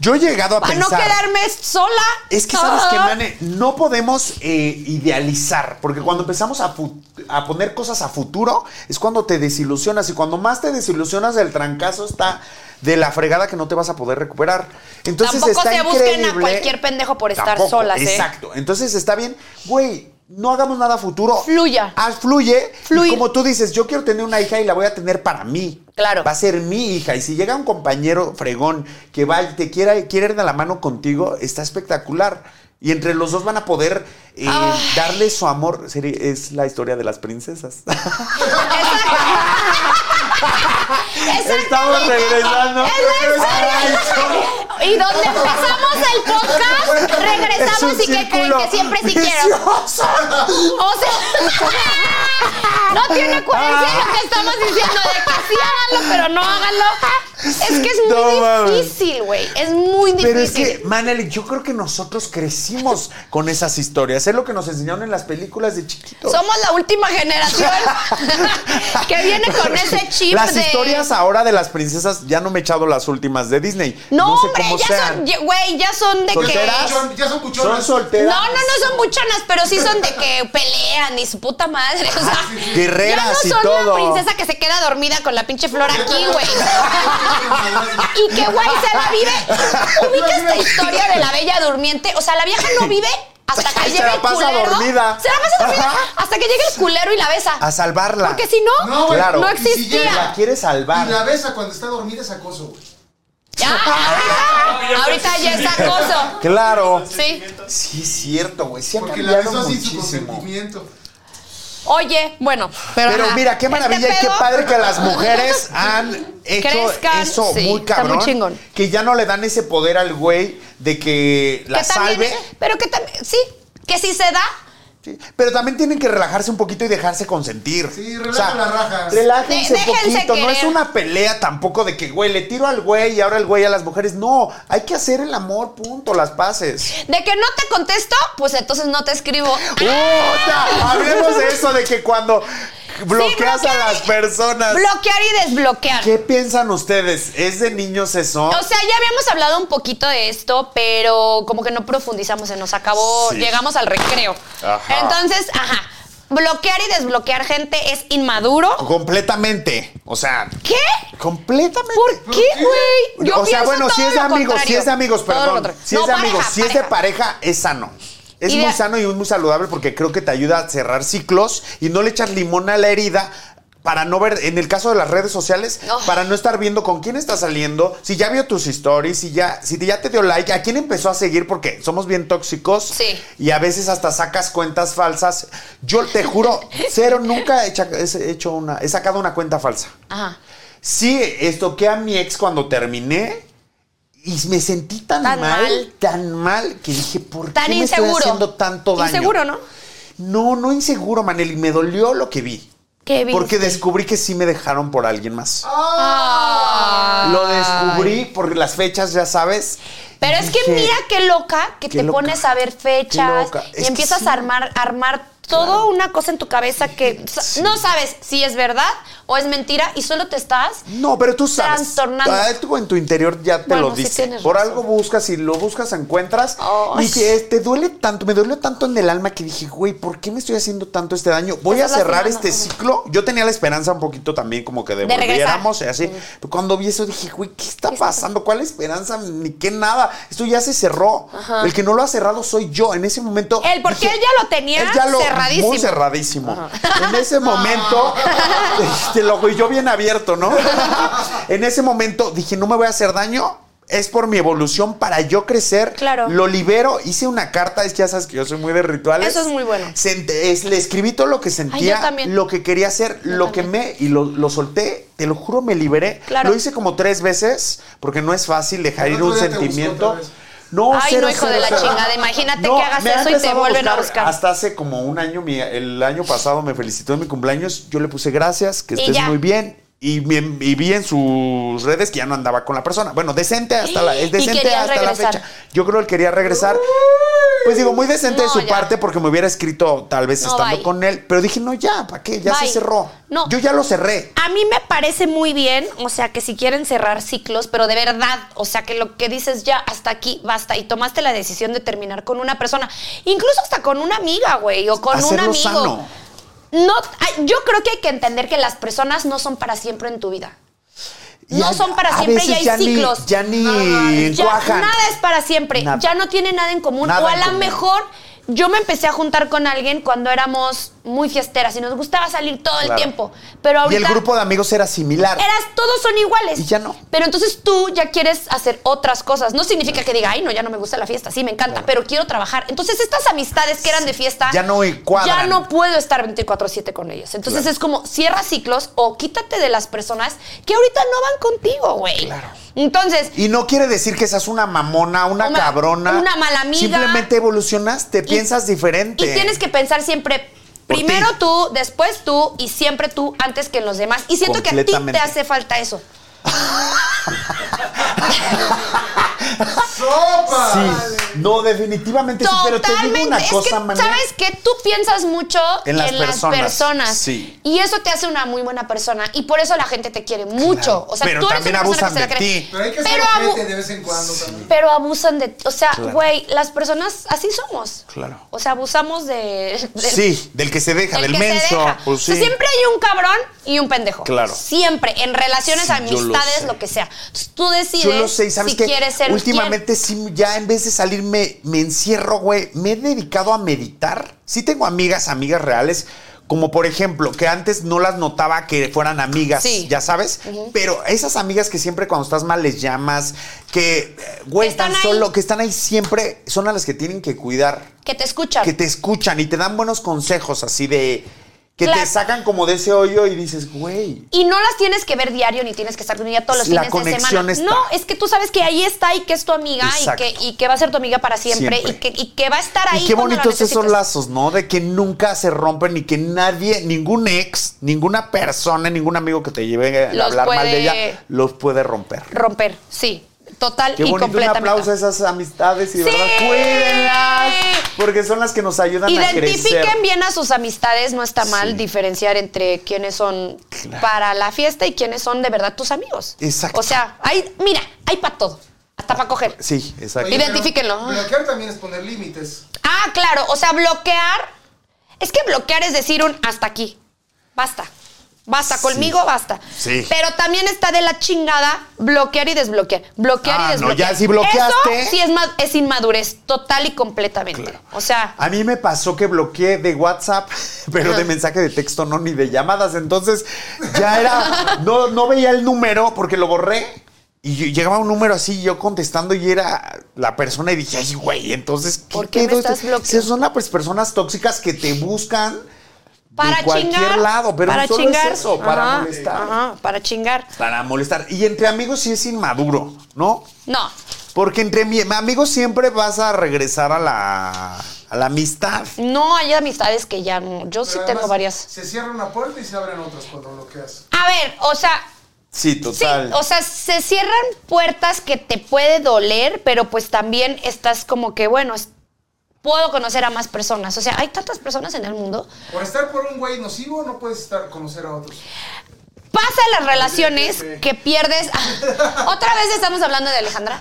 Yo he llegado a Para no pensar. quedarme sola. Es que sabes que, Ah. Mane, no podemos eh, idealizar, porque cuando empezamos a, fu- a poner cosas a futuro es cuando te desilusionas y cuando más te desilusionas el trancazo está de la fregada que no te vas a poder recuperar. Entonces Tampoco está se busquen a increíble. cualquier pendejo por estar Tampoco, solas, ¿eh? Exacto. Entonces está bien, güey, no hagamos nada a futuro. Fluya. Ah, fluye. Y Fluir. como tú dices, yo quiero tener una hija y la voy a tener para mí. Claro. Va a ser mi hija. Y si llega un compañero fregón que va y te quiera, quiere ir de la mano contigo, está espectacular. Y entre los dos van a poder eh, Ah. darle su amor. Sería- Es la historia de las princesas. Estamos regresando. Y donde empezamos el podcast, regresamos y que creen que siempre sí quiero. O sea, no tiene coherencia lo que estamos diciendo de que sí háganlo, pero no háganlo. Es que es muy No mames. difícil, güey. Es muy difícil. Pero es que, Manel, yo creo que nosotros crecimos con esas historias. Es lo que nos enseñaron en las películas de chiquitos. Somos la última generación que viene con ese chip Las de. historias ahora de las princesas, ya no me he echado las últimas de Disney. No, sé hombre, cómo ya sean. son, ya- güey, ya son de ¿Solteras? que. Son- Ya son Son buchonas. solteras. No, no, no son buchonas, pero sí son de que pelean y su puta madre. O sea, Ah, Guerreras ya y no son todo. la princesa que se queda dormida con la pinche flor aquí, güey. y que güey se la vive. Ubica esta historia de la bella durmiente. O sea, la vieja no vive hasta que Se llega la el pasa culero. dormida. Se la pasa dormida Ajá. hasta que llega el culero y la besa. A salvarla. Porque si no, No, no, güey. Claro. Y si existía. La quiere salvar. Y la besa cuando está dormida es acoso, güey. Ya, ya. Ahorita ya es acoso. Claro. Sí. Sí, es cierto, güey. Sí, ha Porque la cambiado besó sin su muchísimo. consentimiento. Oye, bueno, pero. Pero ajá. mira, qué maravilla Este y qué pedo- padre que las mujeres han hecho Crezcan, eso sí, muy está muy cabrón. chingón. Que ya no le dan ese poder al güey de que la que también- salve. pero que también, sí, que si se da, Sí, Pero también tienen que relajarse un poquito y dejarse consentir. Sí, relaja la raja. Relájense De- déjense poquito. No es querer. una pelea tampoco de que, güey, le tiro al güey y ahora el güey a las mujeres. No, hay que hacer el amor, punto, las paces. de que no te contesto, pues entonces no te escribo. ¡Puta! Hablemos de eso, de que cuando bloqueas a bloquear las y- personas. Bloquear y desbloquear. ¿Qué piensan ustedes? ¿Es de niños eso? O sea, ya habíamos hablado un poquito de esto, pero como que no profundizamos, se nos acabó, Sí. llegamos al recreo. Ajá. Entonces, ajá, bloquear y desbloquear gente es inmaduro. Completamente. O sea, ¿Qué? completamente. ¿Por qué, güey? Yo o sea, pienso bueno, si todo es de lo amigos, si contrario. es de amigos, Todo lo perdón. contrario. Si No, es de pareja, amigos, si es de pareja, es sano. Es Y de- muy sano y es muy saludable porque creo que te ayuda a cerrar ciclos y no le echas limón a la herida para no ver, en el caso de las redes sociales, Oh. para no estar viendo con quién está saliendo, si ya vio tus stories, si ya, si ya te dio like, a quién empezó a seguir porque somos bien tóxicos Sí. y a veces hasta sacas cuentas falsas. Yo te juro, cero, nunca he, hecha- he hecho una, he sacado una cuenta falsa. Ajá. Sí, estoqué a mi ex cuando terminé y me sentí tan, Tan mal, mal. tan mal, que dije, ¿por Tan qué me inseguro. estoy haciendo tanto daño? Inseguro, ¿no? No, no inseguro, Manel, y me dolió lo que vi. ¿Qué viste? Porque descubrí que sí me dejaron por alguien más. Lo descubrí por las fechas, ya sabes. Pero y es que dije, mira qué loca que qué te loca, pones a ver qué fechas loca. Es y que empiezas sí. a armar, a armar todo una cosa en tu cabeza que sa- no sabes si es verdad o es mentira y solo te estás. No, pero tú sabes. Trastornando. Algo en tu interior ya te Bueno, lo sí dice. tienes Por razón. algo buscas y lo buscas, encuentras. Ay. Y te, te duele tanto, me dolió tanto en el alma que dije, güey, ¿por qué me estoy haciendo tanto este daño? Voy a estás cerrar lastimando. este ciclo. Yo tenía la esperanza un poquito también como que regresar. devolviéramos y así. Pero cuando vi eso dije, güey, ¿qué está pasando? ¿Cuál esperanza? Ni qué nada. Esto ya se cerró. El que no lo ha cerrado soy yo. En ese momento. Él, porque dije, él ya lo tenía él ya lo- cerradísimo. Muy cerradísimo. En ese momento, eh, te lo güey, yo bien abierto, ¿no? en ese momento dije, no me voy a hacer daño. Es por mi evolución para yo crecer. Claro. Lo libero. Hice una carta. Es que ya sabes que yo soy muy de rituales. Eso es muy bueno. Sent- es- le escribí todo lo que sentía, yo también. lo que quería hacer, lo que me. Y lo, lo solté. Te lo juro, me liberé. Claro. Lo hice como tres veces porque no es fácil dejar Al ir otro un día te buscó sentimiento. otra vez. No, Ay, cero, no, hijo cero, de la cero. chingada. Imagínate que hagas me ha eso y te empezado vuelven a buscar. Hasta hace como un año, mi- el año pasado me felicitó en mi cumpleaños. Yo le puse gracias, que Y estés ya. muy bien. Y, me- y vi en sus redes que ya no andaba con la persona. Bueno, decente hasta la, es Y decente querías hasta regresar. la fecha. Yo creo que él quería regresar. Pues digo, muy decente de No, su ya. parte porque me hubiera escrito tal vez No, estando bye. con él. Pero dije, no, ya, ¿para qué? Ya Bye. se cerró. No. Yo ya lo cerré. A mí me parece muy bien, o sea, que si quieren cerrar ciclos, pero de verdad, o sea, que lo que dices ya hasta aquí basta y tomaste la decisión de terminar con una persona, incluso hasta con una amiga, güey, o con un Hacerlo amigo. sano. No, ay, yo creo que hay que entender que las personas no son para siempre en tu vida. No a- son para a siempre y veces hay ya ni- ciclos. ya ni Ya encuajan. nada es para siempre. Nada. Ya no tiene nada en común. Nada o a en lo común. mejor yo me empecé a juntar con alguien cuando éramos muy fiesteras y nos gustaba salir todo el Claro. tiempo. Pero Y ahorita el grupo de amigos era similar. eras todos son iguales. Y ya no. Pero entonces tú ya quieres hacer otras cosas. No significa que diga, ay, no, ya no me gusta la fiesta, sí, me encanta, pero quiero trabajar. Entonces estas amistades que eran de fiesta... Ya no cuadran. Ya no puedo estar 24/7 con ellas. Entonces Claro. es como cierra ciclos o quítate de las personas que ahorita no van contigo, güey. Claro. Entonces, Y no quiere decir que seas una mamona, una, Una- cabrona. una mala amiga. Simplemente evolucionaste, piensas diferente. Y tienes que pensar siempre Por primero ti. tú, después tú y siempre tú antes que los demás. Y siento que a ti te Completamente. hace falta eso. ¡Sopa! Sí. No, definitivamente sí, pero te digo una es cosa, que, Manuel. ¿sabes que Tú piensas mucho en las personas. sí. Y eso te hace una muy buena persona. Y por eso la gente te quiere mucho. O sea, Pero tú eres también una persona abusan que se la de cree. ti. Pero hay que ser Pero, abu- gente de vez en cuando también. pero abusan de ti. O sea, Claro. güey, las personas así somos. Claro. O sea, abusamos de. de- Sí, del que se deja, del, del que se menso. deja. Pues O sea, sí. siempre hay un cabrón y un pendejo. Claro. Siempre, en relaciones, Sí, yo lo amistades, sé. lo, que sea. Entonces, tú decides Yo lo sé, y ¿sabes si qué? quieres ser Últimamente sí, ya en vez de salirme, me encierro, güey. Me he dedicado a meditar. Sí tengo amigas, amigas reales. Como por ejemplo, que antes no las notaba que fueran amigas, Sí. ya sabes. Pero esas amigas que siempre cuando estás mal les llamas, que, eh, güey, Que están, están ahí. solo, que están ahí siempre, son a las que tienen que cuidar quién, que te escuchan. que te escuchan y te dan buenos consejos así de que Claro. te sacan como de ese hoyo y dices, güey. Y no las tienes que ver diario ni tienes que estar con ella todos los La fines de conexión semana. está. No, es que tú sabes que ahí está y que es tu amiga y Exacto. que, y que va a ser tu amiga para siempre, Siempre. Y, que, y que va a estar ahí. Y qué cuando la bonitos esos necesites. lazos, ¿no? De que nunca se rompen y que nadie, ningún ex, ninguna persona, ningún amigo que te lleve a Los hablar mal puede- de ella, los puede romper. Romper, sí. Total Qué y bonito un completamente. aplauso a esas amistades y de Sí. verdad, cuídenlas. Porque son las que nos ayudan a crecer. Identifiquen bien a sus amistades, no está mal diferenciar entre quiénes son para la fiesta y quiénes son de verdad tus amigos. Exacto. O sea, hay, mira, hay para todo, hasta para coger. Sí, exacto. Oye, pero Identifíquenlo. Bloquear también es poner límites. Ah, claro, o sea, bloquear, es que bloquear es decir un hasta aquí, basta. Basta, conmigo basta. Sí. Pero también está de la chingada bloquear y desbloquear. Bloquear Ah, y no, desbloquear. ya si bloqueaste- Eso sí es, ma- es inmadurez, total y completamente. O sea, A mí me pasó que bloqueé de WhatsApp, pero de mensaje de texto no, ni de llamadas. Entonces ya era, no, no veía el número porque lo borré. Y yo- llegaba un número así, yo contestando y era la persona y dije, ay, güey, entonces, ¿qué ¿Por qué me pedo estás este? bloqueando? Sí, Son las pues, personas tóxicas que te buscan para de cualquier chingar. lado, pero para solo chingar. es eso, para Ajá, molestar. Ajá, para chingar. Para molestar. Y entre amigos sí es inmaduro, ¿no? No. Porque entre mi- amigos siempre vas a regresar a la, a la amistad. No hay amistades que ya no. Yo Pues sí Pero tengo además, varias. Se cierra una puerta y se abren otras cuando bloqueas. A ver, o sea, Sí, sí, total. o sea, se cierran puertas que te puede doler, pero pues también estás como que, bueno, es- puedo conocer a más personas. O sea, hay tantas personas en el mundo. Por estar por un güey nocivo, no puedes estar conocer a otros. pasa en las relaciones que pierdes. Otra vez estamos hablando de Alejandra.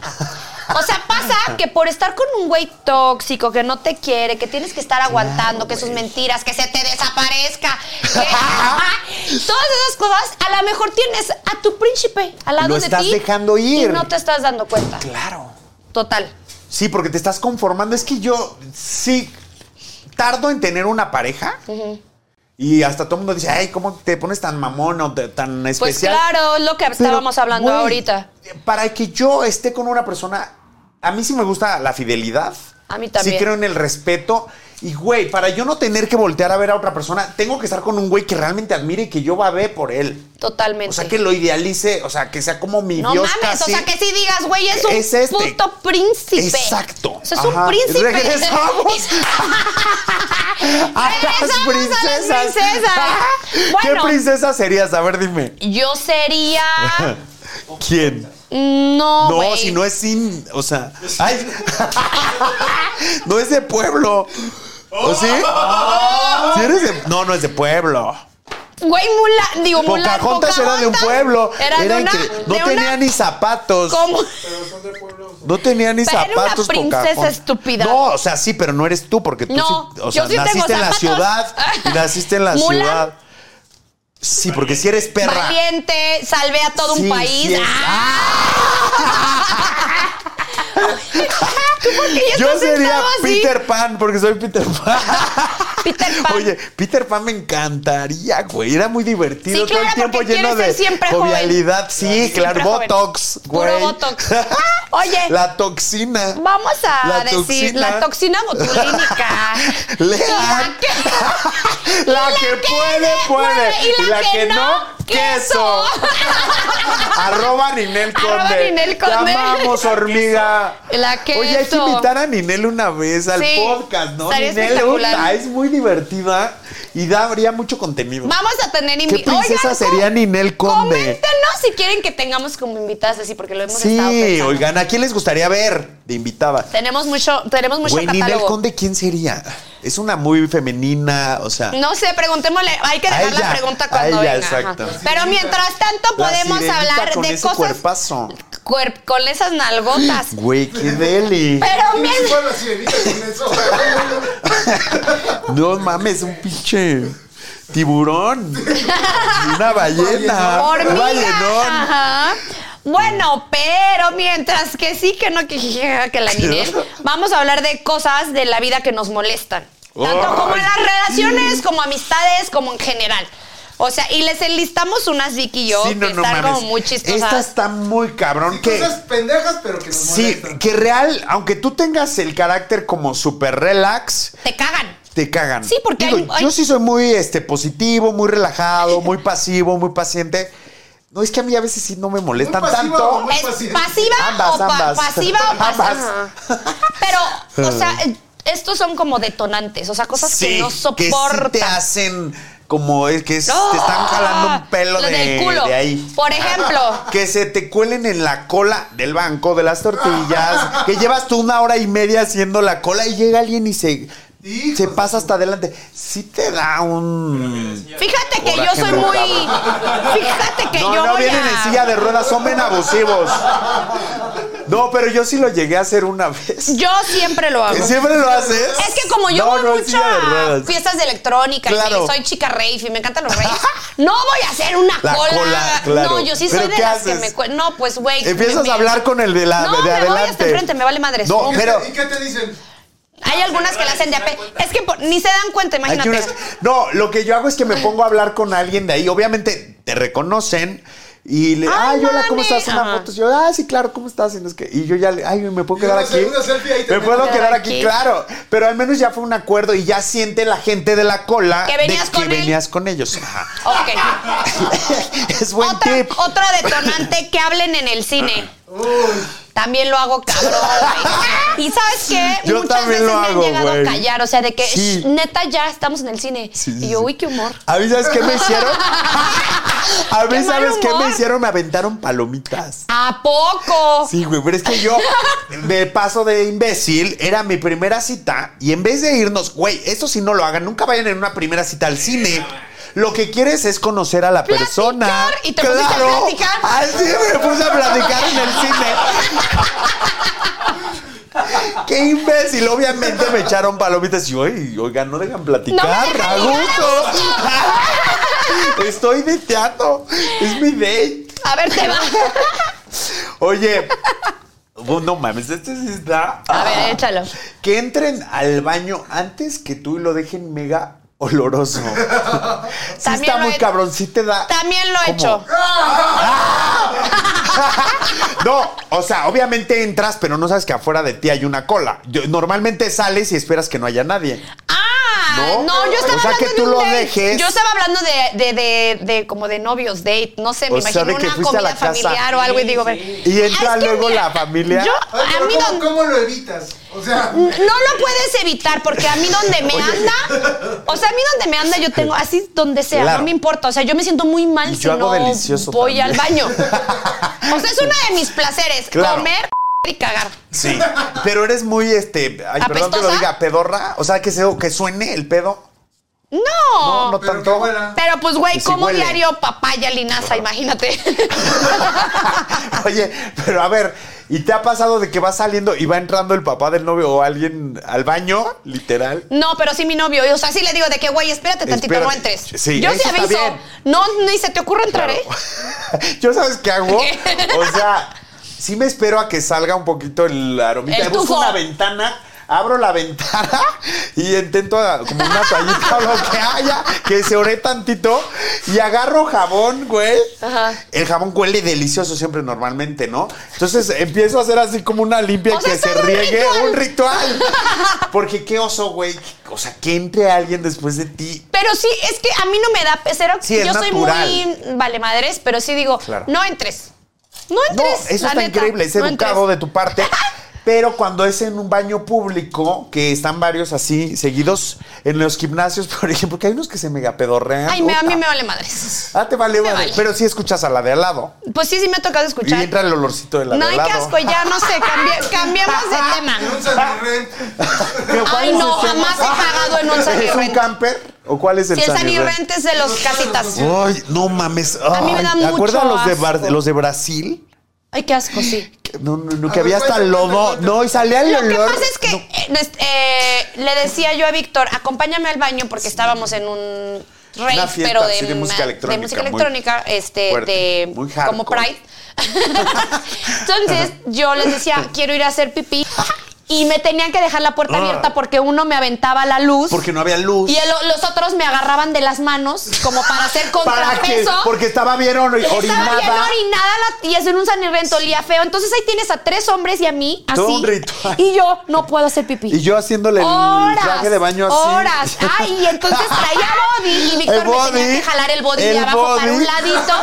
O sea, pasa que por estar con un güey tóxico que no te quiere, que tienes que estar aguantando, que sus mentiras, que se te desaparezca, que- Ajá. todas esas cosas, a lo mejor tienes a tu príncipe al lado Lo de estás ti dejando ir. y no te estás dando cuenta. Claro. Total. Sí, porque te estás conformando. Es que yo sí tardo en tener una pareja. Y hasta todo el mundo dice, ay, ¿cómo te pones tan mamón o te- tan Pues especial? claro, es lo que Pero, estábamos hablando güey, ahorita. Para que yo esté con una persona, a mí sí me gusta la fidelidad. A mí también. Sí creo en el respeto. Y, güey, para yo no tener que voltear a ver a otra persona, tengo que estar con un güey que realmente admire y que yo babe por él. Totalmente. O sea, que lo idealice, o sea, que sea como mi No Dios mames, casi. o sea que si digas, güey, es un Es este. puto príncipe. Exacto. O sea, es un Ajá. príncipe. Regresamos. a las Regresamos princesas. a las princesas. Bueno. ¿Qué princesa serías? A ver, dime. Yo sería. ¿Quién? No, No, Ah. Oh, güey. si no es sin, o sea, ay, no es de pueblo. ¿O sí? Oh. Si eres de, no, no es de pueblo. Güey, Mula. Digo, Mula. Pocahontas era de un pueblo. Era, de una. incre- no de tenía una- ni zapatos. ¿Cómo? No tenía ni Pero era una zapatos. princesa Pocahontas. estúpida. No, o sea, sí, pero no eres tú porque tú No, sí, o sea, yo sí tengo naciste en la zapatos. ciudad, y naciste en la Mulan. ciudad. Sí, porque si eres perra. Valiente, salvé a todo un Sí, país. Ah, sí es- Ah, ¿Tú por qué ya Yo estás sería sentado así? Peter Pan porque soy Peter Pan. Peter Pan. Oye, Peter Pan me encantaría, güey. Era muy divertido. Sí, todo el claro, tiempo porque lleno quieres de ser siempre joven. jovialidad. Sí, claro. Siempre joven. Botox, Puro güey. Botox. Oye. La toxina. Vamos a La decir toxina. la toxina botulínica. Lean. La que- La que puede, puede. Y la, que, no, queso. Arroba Ninel Conde. Arroba Ninel Conde. Te amamos, hormiga. La queso. Oye, hay que invitar a Ninel una vez al Sí, podcast, ¿no? estaría Ninel espectacular. uta, es muy divertida y daría mucho contenido. Vamos a tener ¿Qué invitados. princesa sería Ninel Conde? Coméntenos si quieren que tengamos como invitadas así, porque lo hemos estado Sí, pensando. oigan, ¿a quién les gustaría ver de invitada? Tenemos mucho, tenemos mucho Güey, Ninel catálogo. Conde, ¿quién sería? Es una muy femenina, o sea. No sé, preguntémosle. Hay que A dejar la ella, pregunta a cuando ella, venga. ajá. exacto. La Pero mientras tanto La podemos sirenita hablar con de ese cosas cuerpazo. cuer- con esas nalgotas. Güey, qué deli. Pero ¿Quién mientras se fue a la sirenita con eso? No mames, un pinche tiburón. Una ballena. Hormiga. Un ballenón. Ajá. Bueno, pero mientras que sí, que no, que, que que la Ninel, vamos a hablar de cosas de la vida que nos molestan. Tanto como en las relaciones, como amistades, como en general. O sea, y les enlistamos unas Vicky y yo Sí, no, que no están mames. como muy chistosas. Esta está muy cabrón. que, Cosas pendejas, pero que nos sí, molestan. que real, aunque tú tengas el carácter como súper relax, Te cagan. te cagan. Sí, porque Digo, hay- hay- yo sí soy muy este, positivo, muy relajado, muy pasivo, muy paciente. No, es que a mí a veces sí no me molestan Muy pasivo, tanto. muy ¿Es paciente. pasiva Ambas, o pa- ambas. pasiva o pasiva? Ambas. Pero, o sea, estos son como detonantes, o sea, cosas que no sí soportan. te hacen como es que es- ¡No! te están jalando un pelo Los de, Ah, del culo. de ahí. Por ejemplo. Que se te cuelen en la cola del banco, de las tortillas, que llevas tú una hora y media haciendo la cola y llega alguien y se, Hijos se de pasa hasta adelante. Sí te da un... Fíjate que yo Coraje soy muy. embotado. Fíjate que no, yo no voy vienen en a. silla de ruedas, son bien abusivos. No, pero yo sí lo llegué a hacer una vez. Yo siempre lo hago. ¿Siempre lo haces? Es que como yo No, voy no, en mucho silla de a ruedas. fiestas de electrónica, y Claro. soy chica rave y me encantan los raves, no voy a hacer una La cola. cola, claro. No, yo sí soy ¿Pero de qué las que haces? me... cue- No, pues, güey. Empiezas me- a hablar con el de la No, de me voy adelante. hasta enfrente, me vale madres. No, ¿Y qué pero te- ¿Y qué te dicen? Hay algunas que la hacen de a pe- Es que por- ni se dan cuenta, hay que imagínate. unas- No, lo que yo hago es que me pongo a hablar con alguien de ahí. Obviamente te reconocen y le, Ay, ay, hola, ¿cómo mami. estás? Una Ajá. foto. Yo, ah, sí, claro, ¿cómo estás? Y, no es que, y yo ya, le- ay, me puedo Y quedar una aquí. segunda selfie ahí Me también. puedo quedar aquí, Aquí. claro. Pero al menos ya fue un acuerdo y ya siente la gente de la cola Que de venías con que él. venías con ellos. Ajá. Ok. es buen otra, tip. otra detonante que hablen en el cine. También lo hago cabrón. güey. Y sabes qué? Yo Muchas también veces lo me han hago, llegado güey. a callar. O sea, de que Sí. "Shh, neta ya estamos en el cine. Sí, sí, y yo, sí. uy, qué humor. A mí, ¿sabes qué me hicieron? A mí, Qué mal ¿sabes qué humor. me hicieron? Me aventaron palomitas. ¿A poco? Sí, güey, pero es que yo me paso de imbécil. Era mi primera cita y en vez de irnos, güey, esto si no lo hagan, nunca vayan en una primera cita al cine. Lo que quieres es conocer a la Platicar, persona. y te pusiste a platicar. Así me puse a platicar en el cine. Qué imbécil, obviamente me echaron palomitas y "Ay, oigan, no dejan platicar, dejan a llegar a gusto. Estoy deteando, es mi date. A ver, te va. Oye, oh, no mames, este sí está. A ver, échalo. Que entren al baño antes que tú y lo dejen mega oloroso. sí También está lo muy he- cabrón, sí te da. También lo he hecho. ¿Cómo? No, o sea, obviamente entras, pero no sabes que afuera de ti hay una cola. Yo- normalmente sales y esperas que no haya nadie. Ah, ¿No? no, yo estaba O sea, hablando que de tú un lo date. dejes. Yo estaba hablando de, de, de, de como de novios, date, no sé, me O sea, imagino de que una fuiste a comida la casa. familiar o algo y digo, Y entra Es que luego mira, la familia. Yo, Ay, a pero mí ¿cómo, don- cómo lo evitas? O sea, no lo puedes evitar porque a mí donde me anda, o sea, a mí donde me anda yo tengo así donde sea, Claro. no me importa, o sea, yo me siento muy mal Y si yo hago no delicioso voy también. al baño. O sea, es uno de mis placeres, Claro. comer y cagar. Sí. Pero eres muy, este, ay, perdón que lo ¿Apestosa? diga, pedorra. O sea, que, se, que suene el pedo. No. Oh. No, no pero tanto. qué buena. Pero pues güey, Pues sí como huele. diario papaya linaza, imagínate. Oye, pero a ver, ¿y te ha pasado de que va saliendo y va entrando el papá del novio o alguien al baño, literal? No, pero sí mi novio. O sea, sí le digo de que, güey, espérate tantito, Espérate. no entres. Sí, Yo eso sí está aviso. bien. No, ni se te ocurre entrar, ¿eh? ¿Yo sabes qué hago? ¿Qué? O sea, sí me espero a que salga un poquito el aromita. El Busco tufo. una ventana, abro la ventana y intento ah, como una toallita o lo que haya, que se ore tantito y agarro jabón, güey. Ajá. El jabón huele delicioso siempre normalmente, ¿no? Entonces empiezo a hacer así como una limpia O sea, que es se todo un riegue, ritual. un ritual. Porque qué oso, güey. O sea, que entre alguien después de ti. Pero sí, es que a mí no me da pesero. Sí, es Yo soy natural. muy vale madres, pero sí digo, Claro. no entres. No No, entres. eso la está neta, increíble, es no educado entres. de tu parte. Pero cuando es en un baño público, que están varios así seguidos en los gimnasios, por ejemplo, que hay unos que se mega pedorrean. Ay, me, a puta. mí me vale madres. Ah, te vale, me vale. vale. Pero sí escuchas a la de al lado. Pues sí, sí me ha tocado escuchar. Y entra el olorcito de la no, de hay al lado. casco, ya no sé, cambie- cambiemos de tema. en un San Rent. Pero ¿cuál Ay, es no, ese? jamás he cagado en un ¿Es un sanirrente. camper? ¿O cuál es el Si el sanirrente? sanirrente es de los casitas. Ay, no mames. Ay, A mí me da ¿Te acuerdas mucho los de, Bar- asco. los de Brasil? Ay, qué asco, sí. Que- No, no, no, A que ver, había hasta cuenta, cuenta, lodo. cuenta. No, y salía el Lo que olor. pasa es que No. eh, no, este, eh, le decía yo a Víctor, acompáñame al baño porque estábamos en un rave, Una fiesta, pero de, sí, de música ma- electrónica, música muy electrónica, este, fuerte, de muy como hardcore. Pride. Entonces yo les decía, quiero ir a hacer pipí y me tenían que dejar la puerta abierta porque uno me aventaba la luz. Ah. Porque no había luz. y el- los otros me agarraban de las manos como para hacer ¿Para qué? contrapeso. Porque estaba bien or- Estaba bien orinada. orinada la tía, en un sanirrento, olía feo. Entonces ahí tienes a tres hombres y a mí así. Todo un ritual. Y yo no puedo hacer pipí. Y yo haciéndole el horas, traje de baño así. Horas. Ay, y entonces traía body y El Víctor me body, tenía que jalar el body el de abajo para body. un ladito.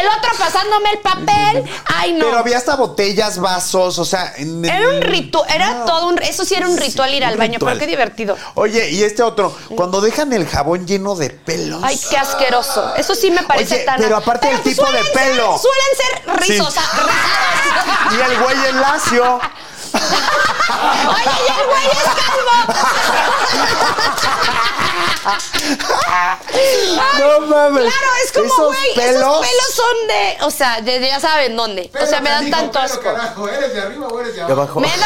El otro pasándome el papel. Ay, no. Pero había hasta botellas, vasos, o sea. en- Era un ritual. era todo un. Eso sí era un ritual ir al un baño, ritual. pero qué divertido. Oye, y este otro, cuando dejan el jabón lleno de pelos. Ay, qué asqueroso. Eso sí me parece Oye, tan. pero aparte del tipo de suelen pelo. ser- suelen ser rizos. Sí. rizados. Y el güey es lacio. Oye, y el güey es calvo. No mames. Claro, es como, Esos güey, esos pelos- pelos son de. O sea, de, de ya saben dónde. o sea, me dan canijo, tanto pero, asco. carajo, ¿eres de arriba o eres de De abajo. abajo? Me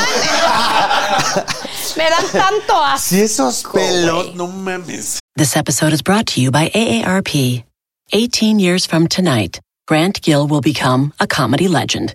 dan. me dan tanto asco. Si esos pelos, güey. no mames. This episode is brought to you by AARP. 18 years from tonight, Grant Gill will become a comedy legend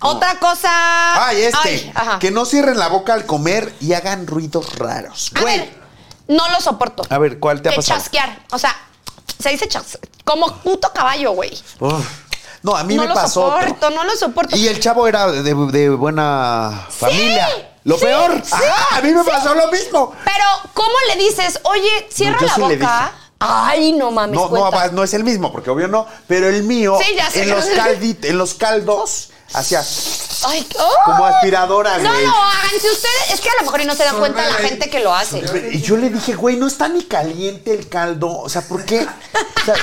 Otra cosa. Ay, este. ajá. que no cierren la boca al comer y hagan ruidos raros. A Güey. ver, no lo soporto. A ver, ¿cuál te ha que pasado? chasquear. O sea, se dice chasquear. Como puto caballo, güey. Uf. No, a mí No me lo pasó. otro. soporto, no lo soporto. Y el chavo era de, de buena familia. Lo sí, peor. sí, Ajá, a mí me pasó lo mismo. Pero, ¿cómo le dices? Oye, cierra yo la sí le boca. Ay, no mames. No, no, cuenta. va- no es el mismo, porque obvio no. Pero el mío, Sí, ya sé. en, los caldi- en los caldos, hacía Ay, oh. como aspiradora, No güey. lo hagan. Si ustedes. Es que a lo mejor y no se da cuenta la Sorbete. gente que lo hace. Y yo le dije, güey, no está ni caliente el caldo. O sea, ¿por qué? O sea,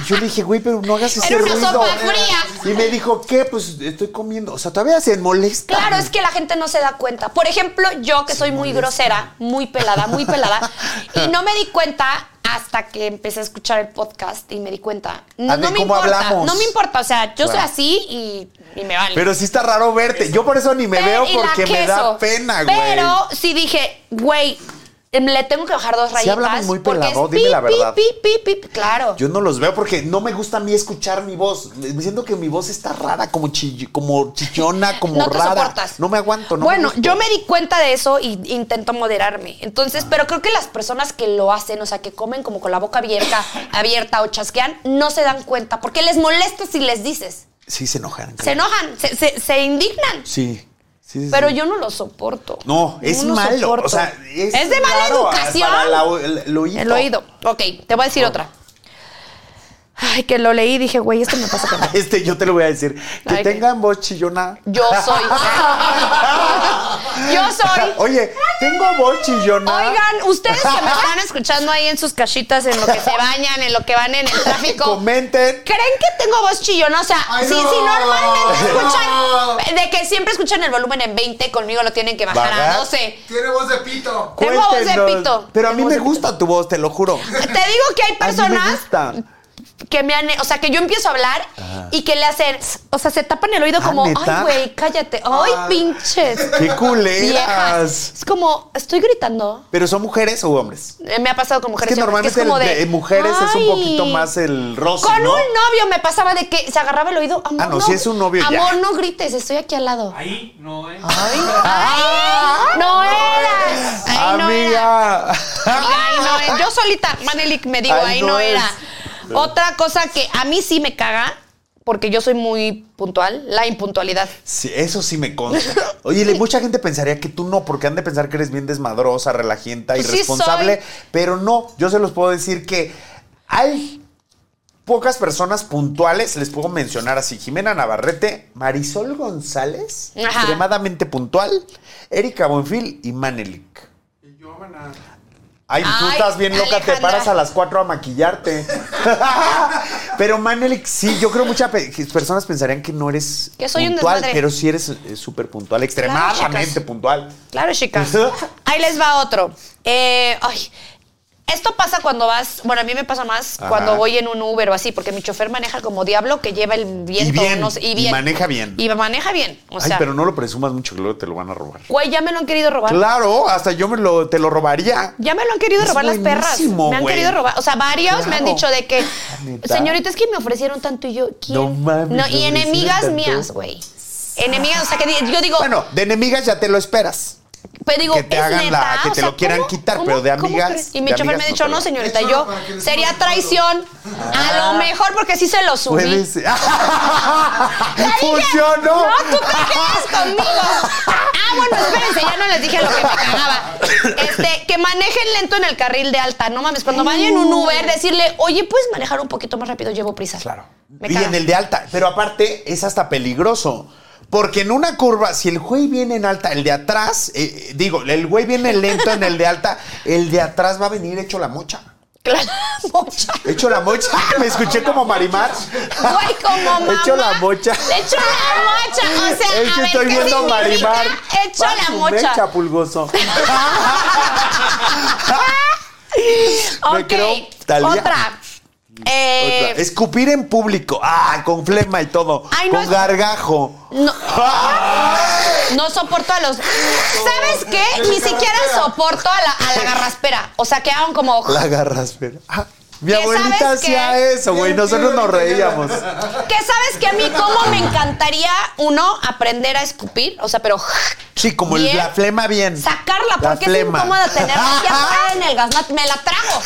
y yo le dije, güey, pero no hagas ese Era una ruido. sopa fría. Y me dijo, ¿qué? Pues estoy comiendo. O sea, todavía se molesta. Claro, es que la gente no se da cuenta. Por ejemplo, yo que soy muy grosera, muy pelada, muy pelada, y no me di cuenta hasta que empecé a escuchar el podcast y me di cuenta. No, Ah, de no me cómo importa, hablamos. no me importa. O sea, yo soy Claro. así y, y me vale. Pero sí está raro verte. Yo por eso ni me Pe- veo y la porque me queso. da pena, güey. Pero sí dije, güey, em, le tengo que bajar dos Sí rayitas. hablamos muy porque es pelado, pi, dime la pi, verdad. pi, pi, pi, pi, claro. Yo no los veo porque no me gusta a mí escuchar mi voz. Me siento que mi voz está rara, como, chill- como chichona, como no te rara. soportas. No me aguanto, no Bueno, me gusto. yo me di cuenta de eso y intento moderarme. Entonces, pero creo que las personas que lo hacen, o sea, que comen como con la boca abierta, abierta o chasquean, no se dan cuenta porque les molesta si les dices. Sí, se enojan. Se enojan, se, se- se indignan. Sí. sí, sí, Pero sí. yo no lo soporto. No, es lo malo. soporto. O sea, es, de mala raro ah, educación. Para la o- el, el oído. El oído. Ok, te voy a decir otra. Ay, que lo leí y dije, güey, esto me pasa con Este, yo te lo voy a decir. Que Ay, qué- tengan voz chillona. Yo soy. Yo soy. Oye, tengo voz chillona. Oigan, ustedes que me están escuchando ahí en sus cachitas, en lo que se bañan, en lo que van en el tráfico. Comenten. ¿Creen que tengo voz chillona? O sea, Ay, sí, no. sí, normalmente No. escuchan. De que siempre escuchan el volumen en 20, conmigo lo tienen que bajar a Bajar. 12. Tiene voz de pito. Tengo voz de Cuéntenos. pito. Pero a Tengo mí voz me de pito. gusta tu voz, te lo juro. Te digo que hay A mí me personas gusta. que me han. O sea, que yo empiezo a hablar y que le hacen. O sea, se tapan el oído Ah, como, ¿neta? Ah. ay, güey, cállate. Ay, pinches. ¡Qué Viejas. culeras! Es como, estoy gritando. ¿Pero son mujeres o hombres? Eh, Me ha pasado con Es mujeres. que y hombres, normalmente es como el de, de mujeres es un "Ay". poquito más el roce, Con ¿no? un novio me pasaba de que se agarraba el oído. Amor, Ah, no, si es un novio, ya. Amor, no grites, estoy aquí al lado. Ahí no es. Ay, no eras. Ay, no era. Amiga. Amiga, ay, no era. Yo solita, Manelik, me digo, Ay, ahí Ah. no no, es. era. Otra cosa que a mí sí me caga, porque yo soy muy puntual, la impuntualidad. Sí, eso sí me consta. Oye, le- mucha gente pensaría que tú no, porque han de pensar que eres bien desmadrosa, relajienta, Pues sí irresponsable. soy. Pero no, yo se los puedo decir que hay pocas personas puntuales. Les puedo mencionar así: Jimena Navarrete, Marisol González, Ajá. extremadamente puntual, Erika Buenfil y Manelik. Y yo, maná. Ay, tú Ay, estás bien loca, te Alejandra. paras a las 4 a maquillarte. pero Manelik, sí, yo creo muchas pe- que personas pensarían que no eres Que soy un puntual, desmadre. pero sí eres eh, súper puntual, extremadamente chicas. puntual. Claro, chicas. Ahí les va otro. Eh, ay, esto pasa cuando vas, bueno, a mí me pasa más Ajá. cuando voy en un Uber o así, porque mi chofer maneja como diablo que lleva el viento. bien, no sé, y maneja bien. Y maneja bien. O Ay, sea, pero no lo presumas mucho, que luego te lo van a robar. güey, ya me lo han querido robar. Claro, hasta yo me lo, te lo robaría. Ya me lo han querido Es robar las perras. buenísimo, Me han güey. querido robar. O sea, varios me han Claro. dicho de que, ¿Neta? señorita, es que me ofrecieron tanto y yo, ¿quién? No mames, No, me y enemigas ofrecieron tanto. mías, güey. Enemigas, o sea, que di- yo digo, Bueno, de enemigas ya te lo esperas. Pero digo, Que te es hagan la- neta, que o te sea, lo quieran ¿cómo- quitar, cómo- pero de cómo amigas, crees? de Y mi chofer amigas me ha no dicho, te lo no, dan". señorita, Échalo yo para que les sería pongan traición. A lo mejor porque sí se lo subí. Puede ser. Ya dije, ¡Funcionó! No, tú te quedas conmigo. Ah, bueno, espérense, ya no les dije lo que me cagaba. Este, que manejen lento en el carril de alta. No mames, cuando vayan en Uh. un Uber, decirle, oye, ¿puedes manejar un poquito más rápido? Llevo prisa. Claro. Me y caga. en el de alta. Pero aparte, es hasta peligroso. Porque en una curva, si el güey viene en alta, el de atrás, eh, eh, digo, el güey viene lento en el de alta, el de atrás va a venir hecho la mocha. Claro, mocha. Hecho la mocha. Me escuché como Marimar. Güey, como mamá. Hecho la mocha. Hecho la mocha. O sea, es a que ver, estoy ¿qué viendo a significa Marimar. Hecho la Su mocha. mecha, pulgoso. me Ok, creo Thalía. otra. Eh, Otra. Escupir en público. Ah, con flema y todo. Ay, no con es- gargajo. No. ¡Ah! No soporto a los. ¿Sabes qué? Ni siquiera soporto a la, a la garraspera. O sea, quedaron como. La agarras, pero. Ah, mi ¿Que abuelita sabes qué? hacía eso, güey. Nosotros nos reíamos. ¿Qué sabes que a mí cómo me encantaría uno aprender a escupir? O sea, pero. Sí, como el- Bien. la flema bien. Sacarla, La porque es flema. incómoda tenerla aquí atrás en el gasnate. Me la trago.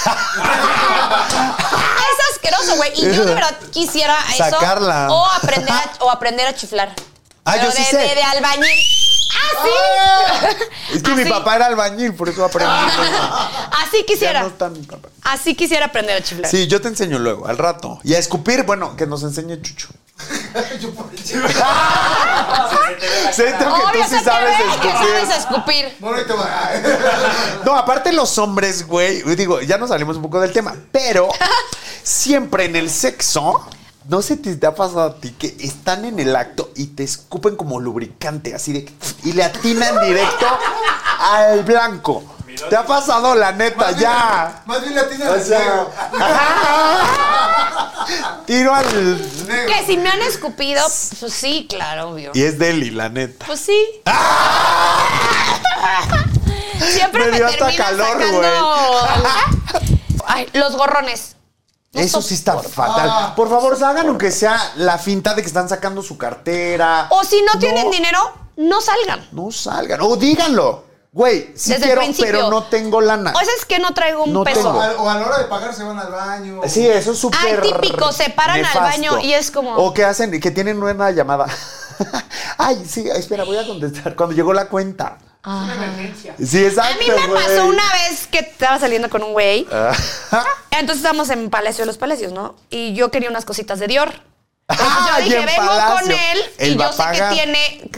es asqueroso, güey. Y yo de verdad quisiera eso. Sacarla. O aprender a, o aprender a chiflar. Ah, Pero yo sí de, sé. De, de albañil. ¡Ah, sí! Es que mi Así. papá era albañil, por eso aprendí. Así Ya quisiera. no está mi papá. Así quisiera aprender a chiflar. Sí, yo te enseño luego, al rato. Y a escupir, bueno, que nos enseñe Chucho. Siento que Obvio, tú sí se te sabes ve que escupir. sabes escupir. Bueno, ahí te va. No, aparte los hombres, güey, digo, ya nos salimos un poco del tema, pero siempre en el sexo, no sé si te ha pasado a ti que están en el acto y te escupen como lubricante, así de que- y le atinan directo al blanco. Te ha pasado la neta, ya. Más bien la tiene O sea, tiro al negro. Que si me han escupido, pues sí, claro, obvio. y es Deli, la neta. Pues sí. Siempre Me me, dio hasta termina calor, sacando. Ay, los gorrones. No Eso sí está fatal. Por favor, hagan aunque sea la finta de que están sacando su cartera. O si no, tienen dinero, no salgan. No salgan. O díganlo. Güey, sí Desde el quiero, principio. pero no tengo lana. O sea, es que no traigo un No peso. tengo. O a- o a la hora de pagar se van al baño. Sí, eso es súper. Ay, típico, se paran al nefasto. baño y es como- O que hacen, que tienen una llamada. Ay, sí, espera, voy a contestar. Cuando llegó la cuenta. Sí, A exacto. mí me güey. pasó una vez que estaba saliendo con un güey. Ah. Entonces estábamos en Palacio de los Palacios, ¿no? Y yo quería unas cositas de Dior. Entonces Ah, yo y dije, en vengo con Palacio. él Él y va yo a sé que pagar. tiene.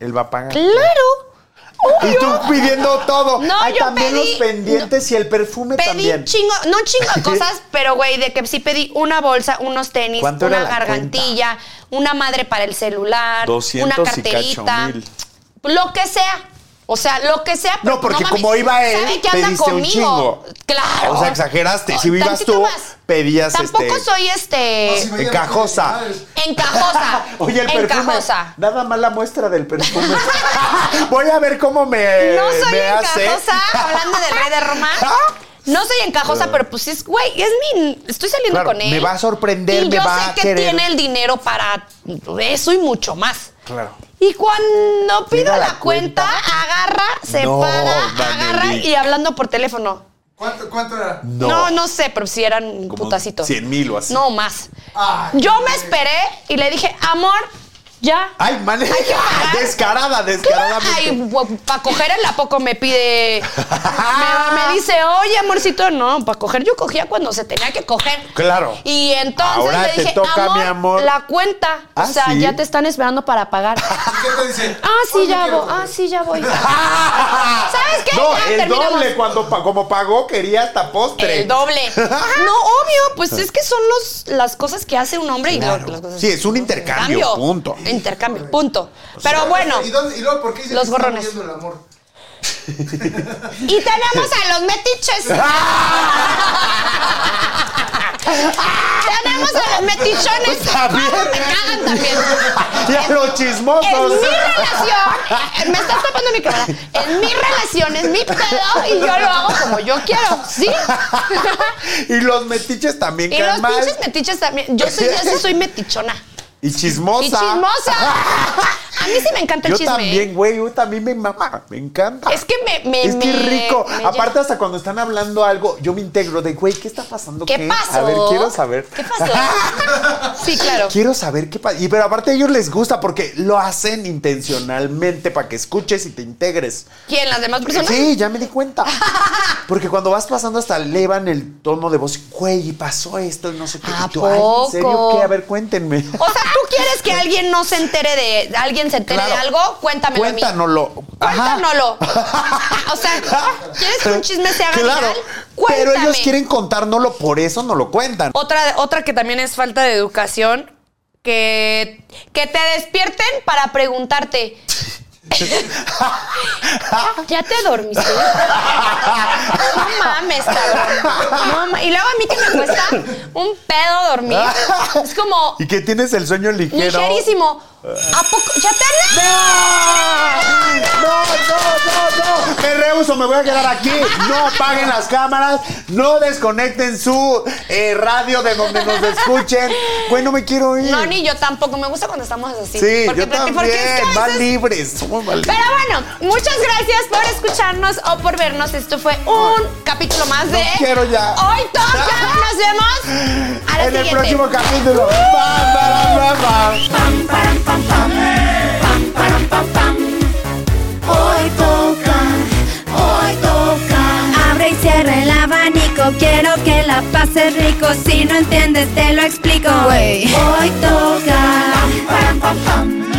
Él va a pagar. ¡Claro! Y tú pidiendo todo. No, Ay, yo también pedí- los pendientes y el perfume Pedí también. chingo, no un chingo de cosas, pero güey, de que sí pedí una bolsa, unos tenis, ¿Cuánto una era la gargantilla, una madre para el celular, 200 una y cacho carterita, mil. lo que sea. O sea, lo que sea. pero No, porque mames, como iba él, ¿sabe que anda pediste un conmigo? chingo. Claro. O sea, exageraste. Si O- ibas tantito tú, más. pedías, Tampoco este, soy este. vaya, eh, encajosa. madres. Encajosa. Oye, el perfume. Encajosa. Nada más la muestra del perfume. Voy a ver cómo me. No soy me hace. ¿Ah? encajosa, hablando del rey de Roma. No soy encajosa, pero pues es, güey, es mi. Estoy saliendo Claro, con él. me va a sorprender, y me yo va sé a que querer. tiene el dinero para eso y mucho más. Claro. Y cuando pido Llega la, la cuenta, cuenta. agarra, se No, para, agarra Vanelli. y hablando por teléfono. ¿Cuánto, ¿Cuánto era? No, no, sé, pero si eran un putacito. 100 mil o así. No más. Ay, yo me esperé y le dije, amor, ya. Ay, man. Hay que pagar. Descarada, Ay, descaradamente. para coger él a poco me pide. me, me dice, oye, amorcito, no, para coger yo cogía cuando se tenía que coger. Claro. Y entonces Ahora le te dije, toca, amor, mi amor". la cuenta. ¿Ah, o sea, sí? ya te están esperando para pagar. ¿Y ¿Qué te dice? ah, sí, Oye, ya quiero voy. Ah, comer. sí, ya voy. ¿Sabes qué? Ah. No, Ya el terminamos. doble. Cuando, pa- como pagó, quería hasta postre. El doble. No, obvio, pues es que son los, las cosas que hace un hombre y lo- Claro. las cosas Sí, es un intercambio, punto. Intercambio, punto. Pero bueno, ¿Y, dónde, ¿Y luego por qué dice Los que está gorrones. muriendo el amor? y tenemos a los metiches. tenemos a los metichones. Ah, También. Me cagan también. Y a los En chismosos. mi relación, eh, me estás tapando mi cámara. En mi relación es mi pedo y yo lo hago como yo quiero, ¿sí? y los metiches también y caen los mal. pinches metiches también. Yo soy, yo sí soy metichona. Y chismosa. Y chismosa. a mí sí me encanta el Yo chisme. ¿eh? también, güey, yo también me mama, me encanta. Es que me- me- Es que me- rico. me Aparte, llena. hasta cuando están hablando algo, yo me integro de, güey, ¿qué está pasando? ¿Qué pasó? A ver, quiero saber. ¿Qué pasó? sí, claro. Quiero saber qué pasa. Y pero aparte a ellos les gusta porque lo hacen intencionalmente para que escuches y te integres. ¿Quién? ¿Las demás personas? Sí, ya me di cuenta. Porque cuando vas pasando hasta elevan el tono de voz, güey, y pasó esto y no sé qué. ¿A Y tú, "Ay, ¿En serio poco? qué? A ver, cuéntenme. O sea, ¿tú quieres que alguien no se entere de... Alguien se entere Claro. de algo? Cuéntamelo a mí. Cuéntanoslo. Ajá. Cuéntanoslo. o sea, ¿quieres que un chisme se haga Claro. viral? Cuéntame. Pero ellos quieren contárnoslo, por eso no lo cuentan. Otra, otra que también es falta de educación, que, que te despierten para preguntarte. ¿Ya te dormiste? No mames, cabrón. No ma- y luego a mí que me cuesta un pedo dormir. Es como Y que tienes el sueño ligero. ligerísimo. ¿A poco? ¿Ya te No, no, no, no. Me rehuso, me voy a quedar aquí. No apaguen las cámaras, no desconecten su eh, radio de donde nos escuchen. Güey, no me quiero ir. No, ni yo tampoco. Me gusta cuando estamos así. Sí, Porque yo plati- también. porque es que a Van veces- libres, somos más libres. Pero bueno, muchas gracias por escucharnos o por vernos. Esto fue un capítulo más de. quiero ya. Hoy toca. Nos vemos. A la en siguiente. el próximo capítulo. Bam, baram, bam, bam. Pam, param, pam, pam. Pam, param, pam, pam. Hoy toca, hoy toca. Abre y cierra el abanico, quiero que la pases rico. Si no entiendes, te lo explico. Hoy toca. Pam, param, pam, pam.